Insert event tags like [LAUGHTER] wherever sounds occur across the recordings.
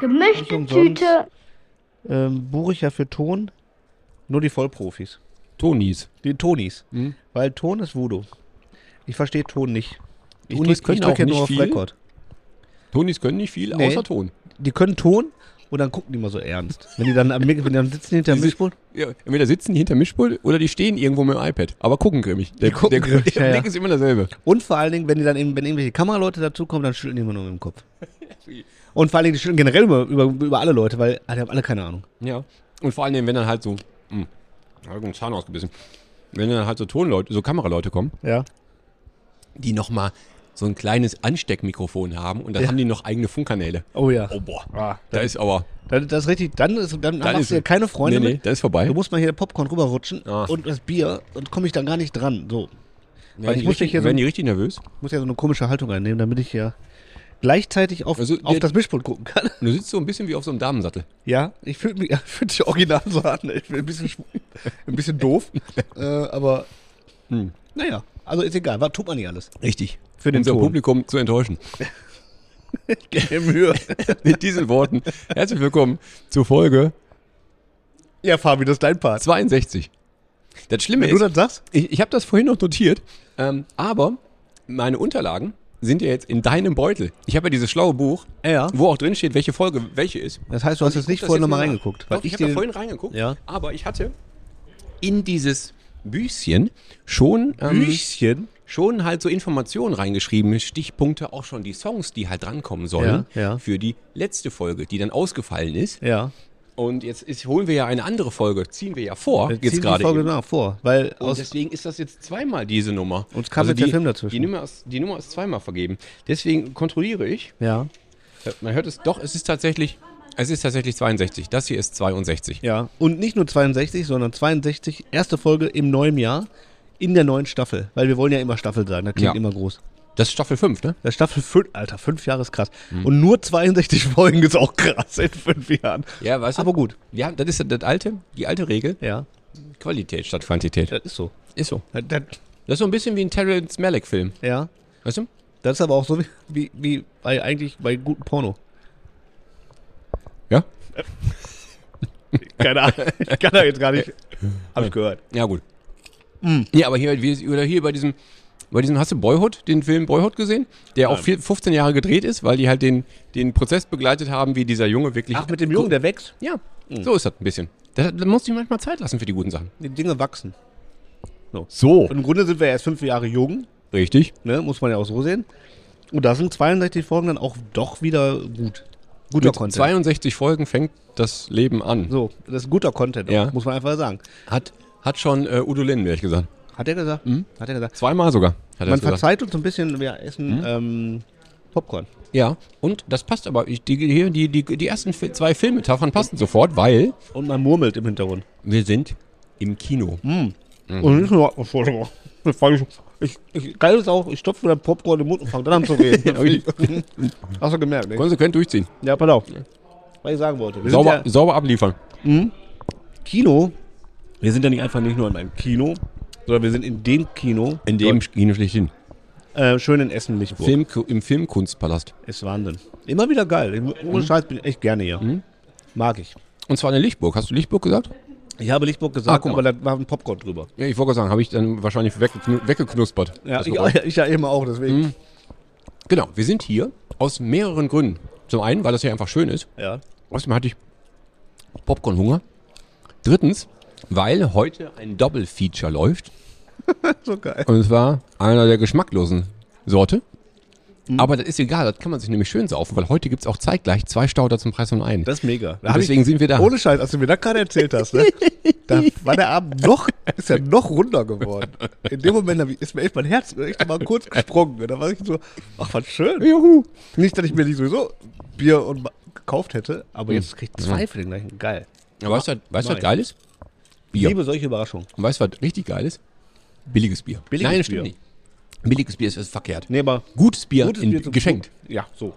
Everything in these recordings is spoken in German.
Gemischte Nicht umsonst. Tüte. ähm, buche ich ja für Ton nur die Vollprofis. Tonis. Die Tonis. Mhm. Weil Ton ist Voodoo. Ich verstehe Ton nicht. Ich Tonis drück- ich können drück auch ja nicht nur auf viel. Rekord. Tonis können nicht viel, Nee. außer Ton. Die können Ton und dann gucken die mal so ernst. Wenn die dann, am, Mik- wenn die dann sitzen hinter dem Die sind- Mischpult. Ja, entweder sitzen die hinter Mischpult oder die stehen irgendwo mit dem iPad. Aber gucken grimmig. Der, gucken der, grimmig, der ja, Blick ja. ist immer derselbe. Und vor allen Dingen, wenn die dann eben, wenn irgendwelche Kameraleute dazukommen, dann schütteln die immer nur mit dem [LAUGHS] Kopf. Und vor allen Dingen, die schütteln generell über, über, über alle Leute, weil ah, die haben alle keine Ahnung. Ja. Und vor allen Dingen, wenn dann halt so, mh, hab ich einen Zahn ausgebissen. Wenn dann halt so Tonleute, so Kameraleute kommen, Ja. die nochmal so ein kleines Ansteckmikrofon haben und dann Ja. haben die noch eigene Funkkanäle. Oh ja. Oh boah. da ist aber, Das, das ist richtig, dann, ist, dann, machst ist du ja es. keine Freunde nee, nee, mit. da ist vorbei. Du musst mal hier Popcorn rüberrutschen Ah. und das Bier, dann komme ich dann gar nicht dran. So. Werden weil die ich musste richtig- hier so- werden die richtig nervös. Ich muss ja so eine komische Haltung einnehmen, damit ich ja gleichzeitig auf, Also, auf der- das Mischpult gucken kann. [LAUGHS] Und du sitzt so ein bisschen wie auf so einem Damensattel. Ja, ich fühle mich, [LAUGHS] ich fühl mich original so an. Ich bin ein bisschen, [LAUGHS] schw- ein bisschen doof, Um äh, aber Hm. naja, also ist egal. Was tut man nicht alles? Richtig. Für den Unser Ton. [LAUGHS] Publikum zu enttäuschen. Keine Mühe. [LAUGHS] Mit diesen Worten herzlich willkommen zur Folge ja, Fabi, das ist dein [LAUGHS] Part. 62. Das Schlimme Wenn du ist, das sagst, ich, ich habe das vorhin noch notiert, ähm, aber meine Unterlagen sind ja jetzt in deinem Beutel. Ich habe ja dieses schlaue Buch, Ja. wo auch drin steht, welche Folge welche ist. das heißt, du hast jetzt nicht Guck das vorhin jetzt nochmal nach. reingeguckt. Doch, ich habe dir- ja vorhin reingeguckt, Ja. aber ich hatte in dieses Büchchen schon, ähm, Büchchen. schon halt so Informationen reingeschrieben, Stichpunkte, auch schon die Songs, die halt drankommen sollen Ja, ja. für die letzte Folge, die dann ausgefallen ist. Ja, Und jetzt ist, holen wir ja eine andere Folge, ziehen wir ja vor, jetzt jetzt zieh die gerade. Folge eben. nach vor, weil Und aus, deswegen ist das jetzt zweimal diese Nummer. Also Uns kam jetzt die, der Film dazwischen. Die Nummer, ist, die Nummer ist zweimal vergeben. Deswegen kontrolliere ich. ja, Man hört es doch, es ist tatsächlich, es ist tatsächlich 62. Das hier ist 62. ja, und nicht nur 62, sondern 62, erste Folge im neuen Jahr in der neuen Staffel, weil wir wollen ja immer Staffel sagen, das klingt Ja. immer groß. Das ist Staffel 5, ne? Das ist Staffel 5, Alter, 5 Jahre ist krass. Und nur 62 Folgen ist auch krass in 5 Jahren. Ja, weißt du. Aber gut, Ja, das ist das alte, die alte Regel. ja, Qualität statt Quantität. das ist so. Ist so. Das, das, Das ist so ein bisschen wie ein Terrence Malick-Film. ja, Weißt du? das ist aber auch so wie, wie, wie bei, eigentlich bei gutem Porno. Ja? Keine Ahnung, [LAUGHS] ich kann da jetzt gar nicht, hab ich gehört. Ja, gut. Mm. Ja, aber hier, wie, oder hier bei diesem, bei diesem, hast du Boyhood, den Film Boyhood gesehen? Der auch vier, 15 Jahre gedreht ist, weil die halt den, den Prozess begleitet haben, wie dieser Junge wirklich. Ach, mit Mm. dem Jungen, der wächst, Ja, so ist das ein bisschen. Da, da muss ich manchmal Zeit lassen für die guten Sachen. die Dinge wachsen. So. Und im Grunde sind wir erst 5 Jahre jung, Richtig. ne, muss man ja auch so sehen. Und da sind 62 Folgen dann auch doch wieder gut. Guter Mit 62 Folgen fängt das Leben an. So, das ist guter Content, Ja. muss man einfach sagen. Hat, hat schon äh, Udo Lindenberg gesagt. Hat er gesagt? Hat er gesagt. Zweimal sogar. Hat er Man das gesagt. verzeiht uns ein bisschen, wir Hm? essen ähm, Popcorn. Ja, und das passt aber. Ich, die, hier, die, die, die ersten Fi- zwei Filmetaphern passen sofort, weil Und man murmelt im Hintergrund. wir sind im Kino. Mm. Mhm. Und nicht nur, Entschuldigung, ich, fang- ich, ich, geil ist auch, ich stopfe wieder Popcorn im Mund und fange dann an zu [LAUGHS] reden. Hast du gemerkt, ne? Konsequent durchziehen. Ja, pass auf. Was ich sagen wollte. Wir Sauber, sind sauber abliefern. ja Kino. Wir sind ja nicht einfach nicht nur in einem Kino, sondern wir sind in dem Kino. In dem Kino schlechthin. Äh, schön in Essen, Lichtburg. Film, Im Filmkunstpalast. Ist Wahnsinn. Immer wieder geil. Ich- Mhm. Ohne Scheiß bin ich echt gerne hier. Mag ich. Und zwar in Lichtburg. Hast du Lichtburg gesagt? Ich habe Lichtburg Ah, gesagt, guck aber mal. da war ein Popcorn drüber. Ja, ich wollte gerade sagen, habe ich dann wahrscheinlich weggeknu- weggeknuspert. Ja, das ich, Geräusch. [LAUGHS] ja, ich ja eben auch, deswegen. Mhm. Genau, wir sind hier aus mehreren Gründen. Zum einen, weil das hier einfach schön ist. Ja. Außerdem hatte ich Popcorn-Hunger. Drittens, weil heute ein Double-Feature läuft. So geil. Und es war einer der geschmacklosen Sorte. Aber das ist egal, das kann man sich nämlich schön saufen, weil heute gibt es auch zeitgleich zwei Stauder zum Preis von einem. Das ist mega. Da Und hab deswegen sind wir da. Ohne Scheiß, als du mir das gerade erzählt hast, ne? da war der Abend noch, ist ja noch runder geworden. In dem Moment hab ich, ist mir echt mein Herz echt mal kurz ne? gesprungen. Da war ich so, ach, was schön. Juhu. Nicht, dass ich mir nicht sowieso Bier und Ma- gekauft hätte, aber jetzt kriegt zwei für den gleichen. Geil. Ja, weißt du, weißt du Mach was ich. geil ist? Ich Bier. Liebe solche Überraschungen. Und weißt du, was richtig geil ist? Billiges Bier. Billiges Nein, das Bier. stimmt nicht. Billiges Bier ist, ist verkehrt. Nee, aber Gutes Bier, gutes in, Bier zum geschenkt. Gut. Ja, [LAUGHS] so.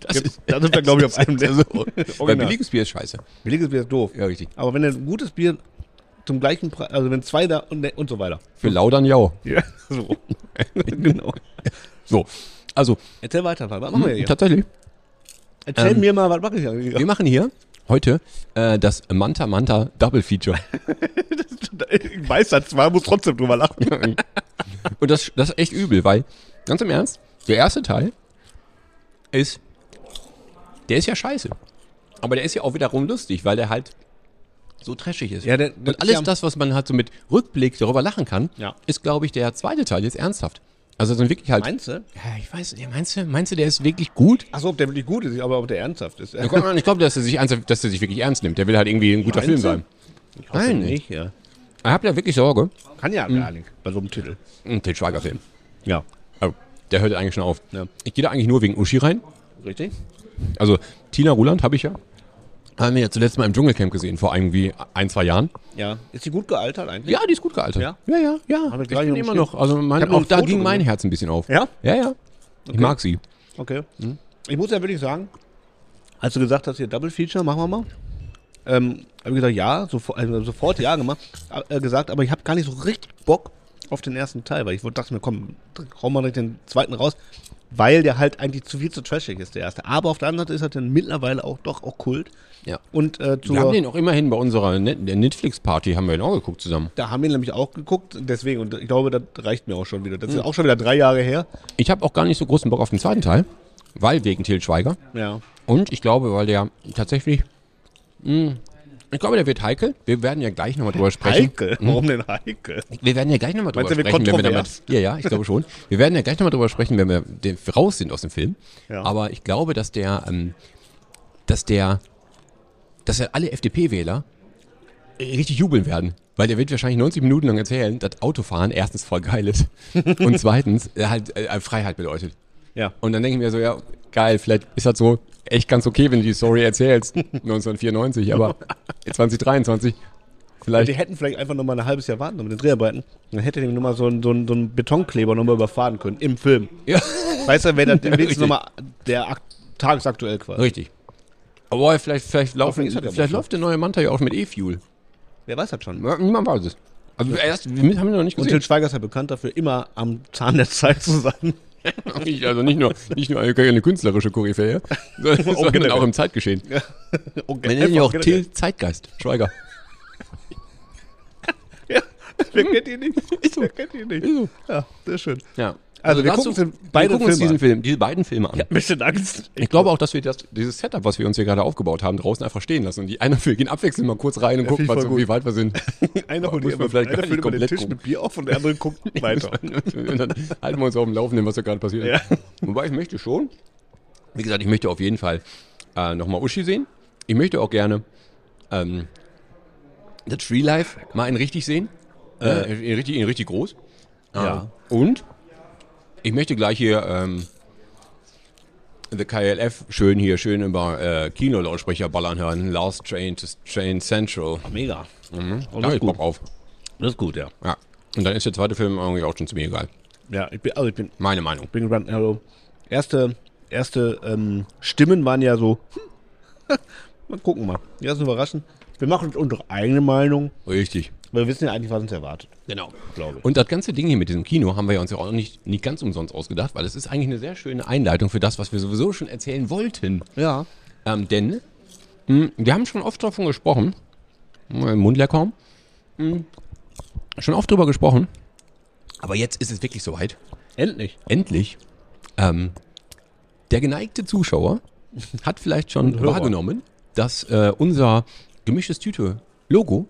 Das Jetzt- da sind wir, glaub [LAUGHS] ich, auf einem also, Weil Original. billiges Bier ist scheiße. Billiges Bier ist doof. Ja, richtig. Aber wenn ein gutes Bier zum gleichen Preis, also wenn zwei da und, und so weiter. Für Laudern jau. Ja, so. [LAUGHS] genau. So. Also, Erzähl weiter, was machen wir hier? tatsächlich, Erzähl Hm, ähm, mir mal, was mache ich hier? wir machen hier heute äh, das Manta Manta [LAUGHS] Double Feature. [LAUGHS] Ich weiß das zwar, muss trotzdem drüber lachen. Und das, das ist echt übel, weil, ganz im Ernst, der erste Teil ist, der ist ja scheiße. Aber der ist ja auch wiederum lustig, weil der halt so trashig ist. Ja, der- Und alles ja. das, was man halt so mit Rückblick darüber lachen kann, Ja. ist, glaube ich, der zweite Teil jetzt ernsthaft. Also so wirklich halt. Meinst du? Ja, ich weiß nicht, meinst du, meinst du, der ist wirklich gut? Achso, ob der wirklich gut ist, aber ob der ernsthaft ist. [LAUGHS] Ich glaube, glaub, dass, er sich ernsthaft- dass er sich wirklich ernst nimmt. Der will halt irgendwie ein guter Meinst du? Film sein. Ich hoffe Nein. Hm. nicht, ja. Ich habe da wirklich Sorge. Kann ja gar nicht bei so einem Titel. Ein Til Schweiger-Film. Ja. Also, der hört eigentlich schon auf. Ja. Ich gehe da eigentlich nur wegen Uschi rein. Richtig? Also Tina Ruland habe ich ja. Haben wir ja zuletzt mal im Dschungelcamp gesehen, vor irgendwie ein, zwei Jahren. Ja. Ist die gut gealtert eigentlich? Ja, die ist gut gealtert. Ja? ja, ja. ja. Hab ich Ich gleich bin noch immer gesehen. noch, also Ich mein, hab auch auch da Foto ging mein gesehen. Herz ein bisschen auf. Ja? Ja, ja. Ich mag sie. Okay. Ich muss ja wirklich sagen, als du gesagt hast, hier Double Feature, machen wir mal. Ähm, habe ich gesagt, ja, sofort, also sofort ja gemacht, äh, gesagt, aber ich habe gar nicht so richtig Bock auf den ersten Teil, weil ich wollte- dachte mir, komm, hau mal direkt den zweiten raus, weil der halt eigentlich zu viel zu trashig ist, der erste. Aber auf der anderen Seite ist er dann mittlerweile auch doch auch Kult. Ja. Und äh, zur, Wir haben den auch immerhin bei unserer Net der Netflix-Party haben wir den auch geguckt zusammen. da haben wir ihn nämlich auch geguckt, deswegen, und ich glaube, das reicht mir auch schon wieder. Das Mhm. ist auch schon wieder drei Jahre her. Ich habe auch gar nicht so großen Bock auf den zweiten Teil, weil wegen Til Schweiger. Ja. Und ich glaube, weil der tatsächlich. mh, ich glaube, der wird heikel. Wir werden ja gleich nochmal drüber sprechen. Heikel? Warum denn Heikel? Wir werden ja gleich nochmal drüber Meinst du, wird sprechen, wenn wir kontrovers? damit. Ja, ja, ich [LAUGHS] glaube schon. Wir werden ja gleich nochmal drüber sprechen, wenn wir den, raus sind aus dem Film. Ja. Aber ich glaube, dass der, ähm, dass der, dass ja alle FDP-Wähler äh, richtig jubeln werden. Weil der wird wahrscheinlich 90 Minuten lang erzählen, dass Autofahren erstens voll geil [LAUGHS] ist und zweitens äh, halt äh, Freiheit bedeutet. Ja. Und dann denke ich mir so, ja, geil, vielleicht ist das so echt ganz okay, wenn du die Story [LAUGHS] erzählst, 1994, aber 2023, vielleicht Die hätten vielleicht einfach nochmal ein halbes Jahr warten sollen mit den Dreharbeiten. Dann hätte die nochmal so einen so einen- so einen Betonkleber nochmal überfahren können im Film. [LAUGHS] Ja. Weißt du, [LAUGHS] wäre das wenigstens Richtig. nochmal der akt tagesaktuell quasi. Richtig. Aber vielleicht, vielleicht, laufen, ist das ja vielleicht wohl so. läuft der neue Manta ja auch mit E-Fuel. Wer weiß das schon. ne? Ja, Niemand weiß es. Also erst, wir haben ihn noch nicht Und gesehen. Til [LAUGHS] Schweiger ist ja bekannt dafür, immer am Zahn der Zeit zu sein. [LAUGHS] Nicht- Also nicht nur, nicht nur eine, eine künstlerische Koryphäe, [LAUGHS] sondern, sondern generell. auch im Zeitgeschehen. Okay. Wir nennen ihn ja auch Einfach Till Zeitgeist. Schweiger. generell. [LAUGHS] Ja, wer kennt ihn nicht? Hm. Ist so. Wer kennt ihn nicht? Ist so. Ja, sehr schön. Ja. Also wir gucken uns den- beide wir gucken uns Filme diesen an. Film, diese beiden Filme an. Ein bisschen Angst. Ich glaube auch, dass wir das, dieses Setup, was wir uns hier gerade aufgebaut haben, draußen einfach stehen lassen. Und die [LAUGHS] einer wir gehen abwechselnd mal kurz rein und gucken, finde ich was, voll wie weit wir sind. [LAUGHS] Einer holt Muss man vielleicht gar einer füllt immer nicht den komplett Tisch gucken. Mhm. mit Bier auf und der andere guckt [LAUGHS] weiter. Und dann halten wir uns auf dem Laufenden, was da gerade passiert ist. Ja. Wobei ich möchte schon, wie gesagt, ich möchte auf jeden Fall äh, nochmal Uschi sehen. Ich möchte auch gerne ähm, das Tree Life mal in richtig sehen. Äh, in, richtig, in richtig groß. Ja. Äh, Und ich möchte gleich hier ähm, The KLF schön hier, schön über äh, Kino-Lautsprecher ballern hören. Last Train to Train Oh, Central. Mega. Da hab Mhm. ich Bock auf. Das ist gut, ja. Ja. Und dann ist der zweite Film irgendwie auch schon ziemlich egal. Ja, ich bin, also ich bin Meine Meinung. Bring Run Arrow. Erste, erste ähm, Stimmen waren ja so, [LAUGHS] hm, mal gucken mal. Die lassen uns überraschen. Wir machen uns unsere eigene Meinung, Richtig. weil wir wissen ja eigentlich, was uns erwartet, Genau. glaube ich. Und das ganze Ding hier mit diesem Kino haben wir ja uns ja auch nicht, nicht ganz umsonst ausgedacht, weil es ist eigentlich eine sehr schöne Einleitung für das, was wir sowieso schon erzählen wollten. ja. Ähm, denn mh, wir haben schon oft davon gesprochen, äh, Mund leer kaum, mh, schon oft drüber gesprochen, aber jetzt ist es wirklich soweit. Endlich. Endlich. Ähm, der geneigte Zuschauer hat vielleicht [LAUGHS] schon Hörer. wahrgenommen, dass äh, unser gemischtes Tüte-Logo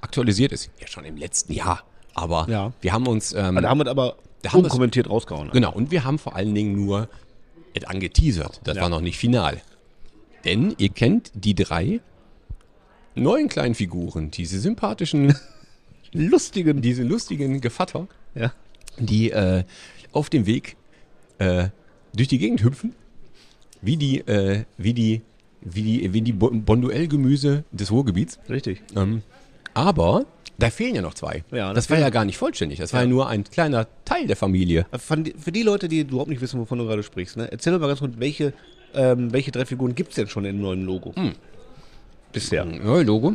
aktualisiert ist. Ja, schon im letzten Jahr. Aber Ja. wir haben uns. Ähm, Da haben wir es aber Da haben wir's- unkommentiert rausgehauen. Genau, und wir haben vor allen Dingen nur es angeteasert. Das Ja. war noch nicht final. Denn ihr kennt die drei neuen kleinen Figuren, diese sympathischen, [LAUGHS] Lustigen. diese lustigen Gevatter, Ja. die äh, auf dem Weg äh, durch die Gegend hüpfen, wie die, äh, wie die wie die, wie die Bon- Bonduell-Gemüse des Ruhrgebiets. Richtig. Ähm, aber da fehlen ja noch zwei. Ja, das das war ja gar nicht vollständig. Das war ja nur ein kleiner Teil der Familie. Für die, für die Leute, die überhaupt nicht wissen, wovon du gerade sprichst, ne? erzähl doch mal ganz kurz, welche, ähm, welche drei Figuren gibt es denn schon im neuen Logo? Bisher. Neue Logo.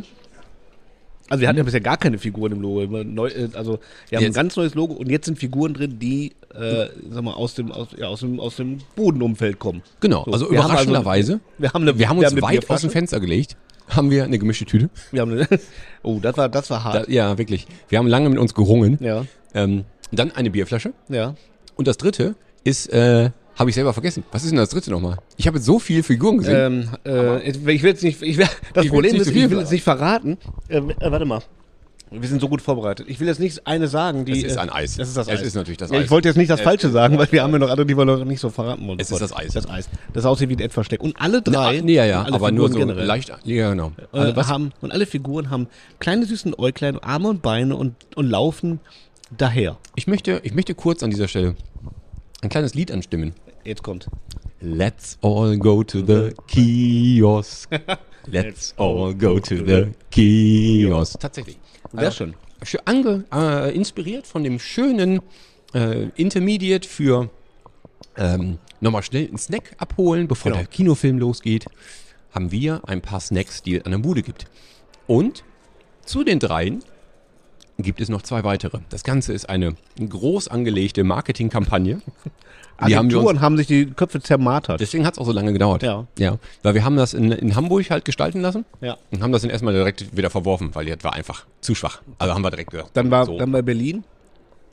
Also wir hatten ja bisher gar keine Figuren im Logo. Immer Neu, äh, also wir haben ein Mhm. Jetzt- Mhm. ganz neues Logo und jetzt sind Figuren drin, die äh, sag mal, aus, dem, aus, ja, aus, dem, aus dem Bodenumfeld kommen. Genau, So, also wir haben überraschenderweise. Wir haben, eine, wir haben uns eine weit aus dem Bierflasche. Fenster gelegt. Haben wir eine gemischte Tüte. Wir haben eine, [LAUGHS] Oh, das war, das war Da, hart. ja, wirklich. Wir haben lange mit uns gerungen. ja, Ähm, dann eine Bierflasche. ja. Und das dritte ist, äh, habe ich selber vergessen. Was ist denn das dritte nochmal? Ich habe jetzt so viele Figuren gesehen. Ähm, äh, ich will jetzt nicht. Ich will, das Ich will's Problem nicht ist, zu viel ich will jetzt nicht verraten. Ähm, äh, warte mal. Wir sind so gut vorbereitet. Ich will jetzt nicht eine sagen, die. Es ist äh, ein Eis. Das ist das Es Eis. ist natürlich das ja, Eis. Äh, Ich wollte jetzt nicht das Falsche sagen, weil wir haben ja noch andere, die wir noch nicht so verraten wollen. Es ist das Eis. Das Eis. Das aussieht wie ein Versteck. Und alle drei. ja, ja, alle aber nur so Figuren generell, leicht. Ja, genau. Äh, haben, und alle Figuren haben kleine süßen Äuglein, Arme und Beine und, und laufen daher. Ich möchte, ich möchte kurz an dieser Stelle ein kleines Lied anstimmen. Jetzt kommt. Let's all go to the [LAUGHS] kiosk. Let's all go to the kiosk. Also, Tatsächlich. Sehr schön. Schö- Ange, äh, inspiriert von dem schönen äh, Intermediate für ähm, nochmal schnell einen Snack abholen, bevor Genau. der Kinofilm losgeht, haben wir ein paar Snacks, die es an der Bude gibt. Und zu den dreien gibt es noch zwei weitere. Das Ganze ist eine groß angelegte Marketingkampagne. Die haben wir uns Agenturen haben sich die Köpfe zermartert. Deswegen hat es auch so lange gedauert. Ja. ja. Weil wir haben das in, in Hamburg halt gestalten lassen Ja. und haben das dann erstmal direkt wieder verworfen, weil das war einfach zu schwach. Also haben wir direkt gesagt. Dann war, so. Genau. dann war Berlin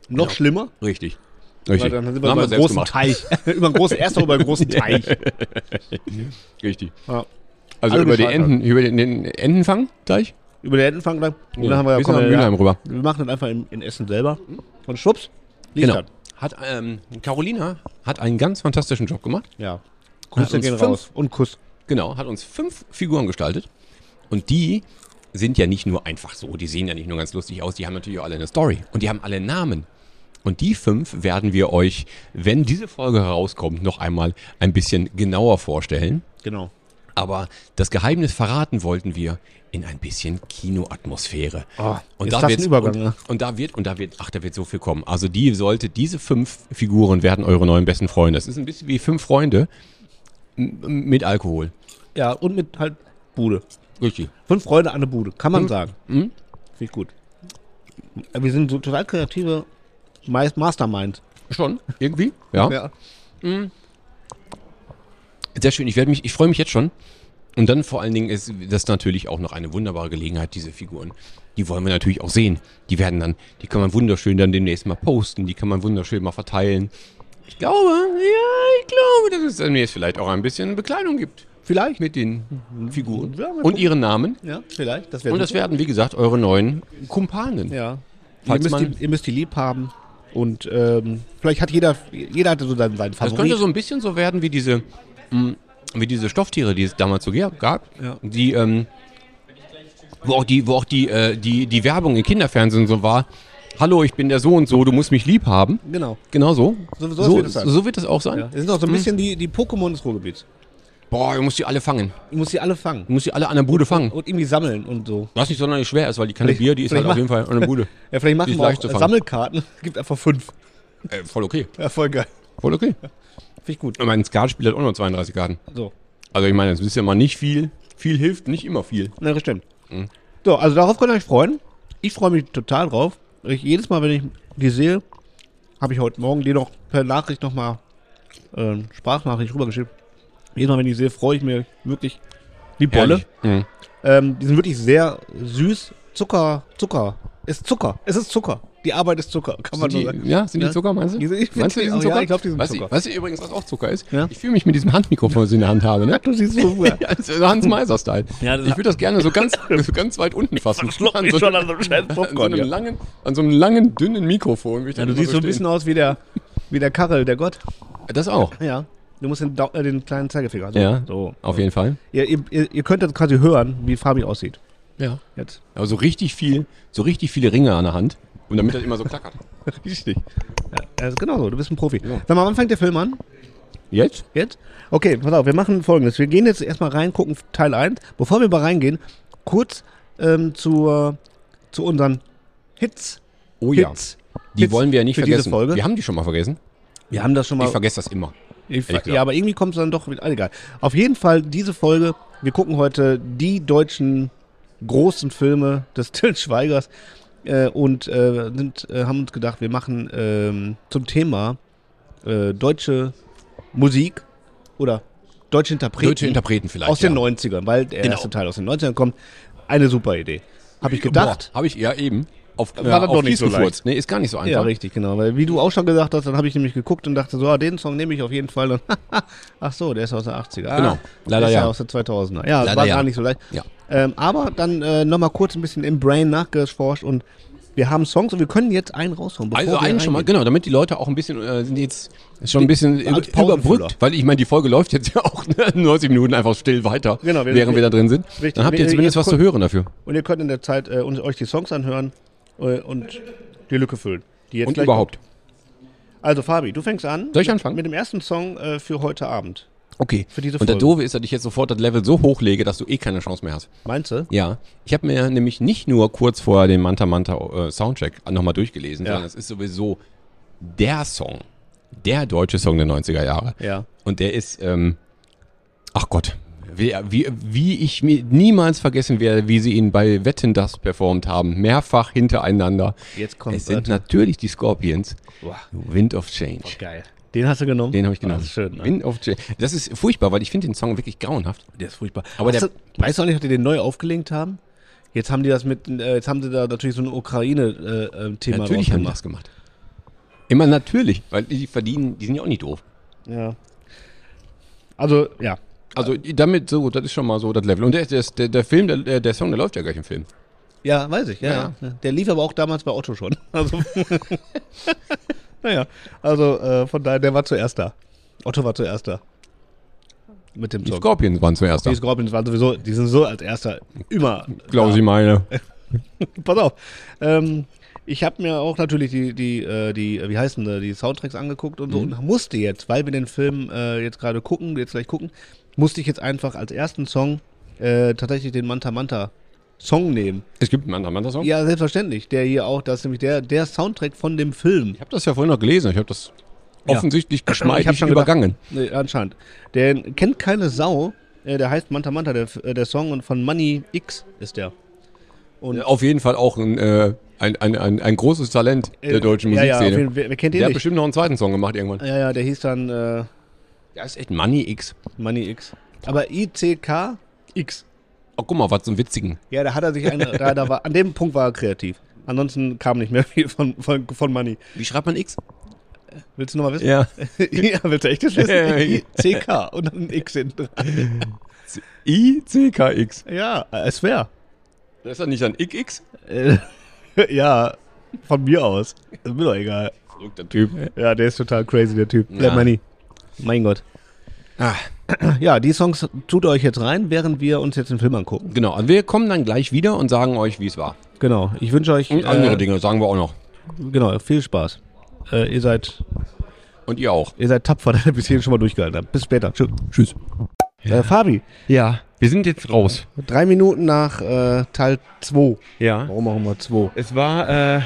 noch schlimmer. Richtig. Richtig. Weil dann sind Dann wir über haben wir einen selbst großen gemacht. Teich. [LAUGHS] über einen großen, erst noch über einen großen Teich. Richtig. Ja. Also Alle über, die gescheitert. Enten, über den, den Entenfang gleich? Über den Entenfang dann. Und dann haben wir bis nach komm, wir, Mülheim rüber. wir machen das einfach in, in Essen selber. Und schwupps, lief das. Hat, ähm, Carolina hat einen ganz fantastischen Job gemacht. Ja. Hat Grüße uns gehen fünf- raus. Und Kuss. Genau, hat uns fünf Figuren gestaltet. Und die sind ja nicht nur einfach so, die sehen ja nicht nur ganz lustig aus, die haben natürlich auch alle eine Story. Und die haben alle Namen. Und die fünf werden wir euch, wenn diese Folge herauskommt, noch einmal ein bisschen genauer vorstellen. Genau. Aber das Geheimnis verraten wollten wir in ein bisschen Kinoatmosphäre. Oh, ist das ein wird's- Übergang, ne? und, und da wird, und da wird, ach, da wird so viel kommen. Also die sollte, diese fünf Figuren werden eure neuen besten Freunde. Es ist ein bisschen wie fünf Freunde m- m- mit Alkohol. Ja, und mit halt Bude. Richtig. Fünf Freunde an der Bude, kann Mhm. man sagen. Finde ich gut. Wir sind so total kreative Ma- Masterminds. Schon, irgendwie. Ja. Sehr schön. Ich werde mich, ich freue mich jetzt schon. Und dann vor allen Dingen ist das natürlich auch noch eine wunderbare Gelegenheit, diese Figuren. Die wollen wir natürlich auch sehen. Die werden dann, die kann man wunderschön dann demnächst mal posten, die kann man wunderschön mal verteilen. Ich glaube, ja, ich glaube, dass es demnächst vielleicht auch ein bisschen Bekleidung gibt. Vielleicht mit den Figuren Mhm. Ja, mal und gucken. ihren Namen. Ja, vielleicht. Das wäre Und das werden, wie gesagt, eure neuen Kumpanen. Ja. Ihr Falls müsst, man- die, ihr müsst die lieb haben. Und ähm, vielleicht hat jeder, jeder hatte so seinen, seinen Das Favorit. könnte so ein bisschen so werden wie diese, mh, wie diese Stofftiere, die es damals so ge- gab, Ja. die, ähm, wo auch die, wo auch die, äh, die, die Werbung im Kinderfernsehen so war. Hallo, ich bin der so und so, du musst mich lieb haben. genau. Genau so. So- so so, wird es sein. so wird es auch sein. Ja. Das sind auch so ein Mhm. bisschen die, die Pokémon des Ruhrgebiets. Boah, du musst die alle fangen. Du musst die alle fangen. Du musst die alle an der Bude fangen. Und irgendwie sammeln und so. Was nicht sonderlich schwer ist, weil die Kanne Vielleicht- Bier, die ist halt vielleicht auf mach- jeden Fall an [LAUGHS] der Bude. Ja, vielleicht machen Ist wir leicht zu auch fangen. Sammelkarten. [LAUGHS] Gibt einfach fünf. äh, voll okay. Ja, voll geil. Voll okay. Finde ich gut. Und mein Skatspiel hat auch noch 32 Karten. So. Also ich meine, das ist ja mal nicht viel. Viel hilft nicht immer viel. Na, das stimmt. Mhm. So, also darauf könnt ihr euch freuen. Ich freue mich total drauf. Ich, jedes Mal, wenn ich die sehe, habe ich heute Morgen die noch per Nachricht nochmal ähm, Sprachnachricht rübergeschickt. Jedes Mal, wenn ich die sehe, freue ich mich wirklich wie Bolle. Ehrlich. Mhm. Ähm, die sind wirklich sehr süß. Zucker, Zucker. Ist Zucker. Es ist Zucker. Die Arbeit ist Zucker, kann man Sind so die, sagen. ja, sind die ne? Ja. Zucker, meinst du? Die sind- ich meinst du, die find- sind oh [LAUGHS] ja, Zucker? ich glaub, die sind weißt Zucker. Du, weißt du übrigens, was auch Zucker ist? Ja. Ich fühle mich mit diesem Handmikrofon, was ich in der Hand habe, ne? Du siehst so ja. [LAUGHS] Ja, das ist so Hans Meiser Style. Ja, das- ich würde das gerne [LAUGHS] so ganz, so ganz weit unten fassen. verschluck mich schon an so einem scheiß [LAUGHS] an, so Popcorn, einem ja. langen, an so einem langen, dünnen Mikrofon. würde ich Ja, dann du immer siehst so ein bisschen stehen. aus wie der, wie der Karel, der Gott. Das auch. Ja. Du musst den, Dau- äh, den kleinen Zeigefinger. So. Ja, So. auf jeden Fall. Ihr, ihr- ihr, ihr könnt jetzt quasi hören, wie Fabi aussieht. Ja. Jetzt. Aber so richtig viel, so richtig viele Ringe an der Hand. Und damit [LAUGHS] das immer so klackert. Äh, Richtig. Ja, das ist genau so, du bist ein Profi. Sag mal, wann fängt der Film an? Jetzt? Jetzt? Okay, pass auf, wir machen folgendes. Wir gehen jetzt erstmal rein, gucken Teil 1. Bevor wir aber reingehen, kurz ähm, zur, zu unseren Hits. Oh ja. Hits. Die Hits wollen wir ja nicht für vergessen. Diese Folge. Wir haben die schon mal vergessen. Wir haben das schon mal. Ich vergesse das immer. Ich ver- Ehrlich gesagt. ja, aber irgendwie kommt es dann doch wieder. ah, Egal. Auf jeden Fall diese Folge. Wir gucken heute die deutschen großen Filme des [LAUGHS] Till Schweigers äh, und äh, sind, äh, haben uns gedacht, wir machen ähm, zum Thema äh, deutsche Musik oder deutsche Interpreten Deutsche Interpreten vielleicht. aus den ja. 90ern, weil der Genau. erste Teil aus den 90ern kommt. Eine super Idee. Habe ich gedacht. Habe ich ja eben. Auf, War dann auf doch nicht Kies so leicht. gefurzt. Nee, ist gar nicht so einfach. Ja, richtig, genau. Weil wie du auch schon gesagt hast, dann habe ich nämlich geguckt und dachte so, ah, den Song nehme ich auf jeden Fall. Und [LAUGHS] ach so, der ist aus der 80er. Ah, Genau. Leider der ist ja. ja. aus der 2000er. Ja, Leider war ja. gar nicht so leicht. Ja. Ähm, aber dann äh, nochmal kurz ein bisschen im Brain nachgeforscht und wir haben Songs und wir können jetzt einen raushauen. bevor Also wir einen schon mal, reingehen. genau, damit die Leute auch ein bisschen äh, sind jetzt schon ein bisschen als über- überbrückt, Pausenfüller. weil ich meine, die Folge läuft jetzt [LAUGHS] ja auch ne, 90 Minuten einfach still weiter, Genau, wir- während wir da drin sind. Richtig, Dann habt wir- ihr zumindest jetzt was zu kurz- hören dafür. Und ihr könnt in der Zeit äh, uns, euch die Songs anhören äh, und die Lücke füllen. Die jetzt Und gleich überhaupt. Kommt. Also Fabi, du fängst an. Soll ich mit- anfangen? Mit dem ersten Song äh, für heute Abend. Okay. Für diese Und der Folge. Doofe ist, dass ich jetzt sofort das Level so hochlege, dass du eh keine Chance mehr hast. Meinst du? Ja, ich habe mir nämlich nicht nur kurz vor dem Manta Manta äh, Soundtrack nochmal durchgelesen, Ja. sondern es ist sowieso der Song, der deutsche Song der 90er Jahre. Ja. Und der ist, ähm, ach Gott, wie, wie, wie ich mir niemals vergessen werde, wie sie ihn bei Wetten das performt haben, mehrfach hintereinander. Jetzt kommt es sind das. natürlich die Scorpions. Boah. Wind of Change. Geil. Den hast du genommen? Den habe ich Ah, genommen. Das ist schön. Ne? Wind of Change. Das ist furchtbar, weil ich finde den Song wirklich grauenhaft. Der ist furchtbar. Aber Hast der- du, weißt du auch nicht, ob die den neu aufgelenkt haben? Jetzt haben die das mit, äh, jetzt haben sie da natürlich so ein äh, Ukraine-Thema natürlich haben die das gemacht. Immer natürlich, weil die verdienen, die sind ja auch nicht doof. Ja. Also, ja. Also damit so, das ist schon mal so das Level. Und der, der, der, der Film, der- der, der Song, der läuft ja gleich im Film. Ja, weiß ich, ja, Ja, ja. Der lief aber auch damals bei Otto schon. [LAUGHS] Also, naja, also äh, von daher, der war zuerst da. Otto war zuerst da. Mit dem Die Song. Scorpions waren zuerst da. Die Scorpions waren sowieso, die sind so als erster immer Glaube ich meine. [LAUGHS] Pass auf. Ähm, ich habe mir auch natürlich die, die, äh, die, äh, wie heißen die, die Soundtracks angeguckt und so Mhm. und musste jetzt, weil wir den Film äh, jetzt gerade gucken, jetzt gleich gucken, musste ich jetzt einfach als ersten Song äh, tatsächlich den Manta Manta Song nehmen. Es gibt einen anderen Song. Ja, selbstverständlich. Der hier auch, das ist nämlich der, der Soundtrack von dem Film. Ich habe das ja vorhin noch gelesen. Ich habe das Ja. [CLEARS THROAT] Ich offensichtlich hab geschmeidig schon gedacht. übergangen. Nee, anscheinend. Den kennt keine Sau. Äh, der heißt Manta Manta, der, äh, der Song und von Money X ist der. Und Auf jeden Fall auch ein, äh, ein, ein, ein, ein großes Talent der Äh, deutschen ja, ja, auf Musikszene. jeden Fall. Wer- wer kennt den der hat nicht? bestimmt noch einen zweiten Song gemacht irgendwann. ja, ja, der hieß dann äh, Der ist echt Money X. Money X. Aber ICK X. Oh, guck mal, was zum Witzigen. Ja, da hat er sich einen, da, da war, an dem Punkt war er kreativ. Ansonsten kam nicht mehr viel von, von, von Money. Wie schreibt man X? Willst du nochmal wissen? Ja. [LAUGHS] ja, willst du echt das wissen? Ja, ja. CK und dann ein X hinten dran. I-C-K-X. Ja, es wäre. Das ist doch nicht ein XX? [LAUGHS] ja, von mir aus. Ist mir doch egal. Verrückter Typ. Ja, der ist total crazy, der Typ. Der Ja. Money. Mein Gott. Ah. Ja, die Songs tut euch jetzt rein, während wir uns jetzt den Film angucken. Genau, und wir kommen dann gleich wieder und sagen euch, wie es war. Genau. Ich wünsche euch Und andere äh, Dinge sagen wir auch noch. genau, viel Spaß. Äh, ihr seid Und ihr auch. Ihr seid tapfer, [LAUGHS] dass ihr bis hierhin schon mal durchgehalten habt. Bis später. Tschö. Tschüss. Äh, Fabi, Ja, wir sind jetzt raus. drei Minuten nach äh, Teil 2. Ja. Warum auch immer 2? Es war, äh,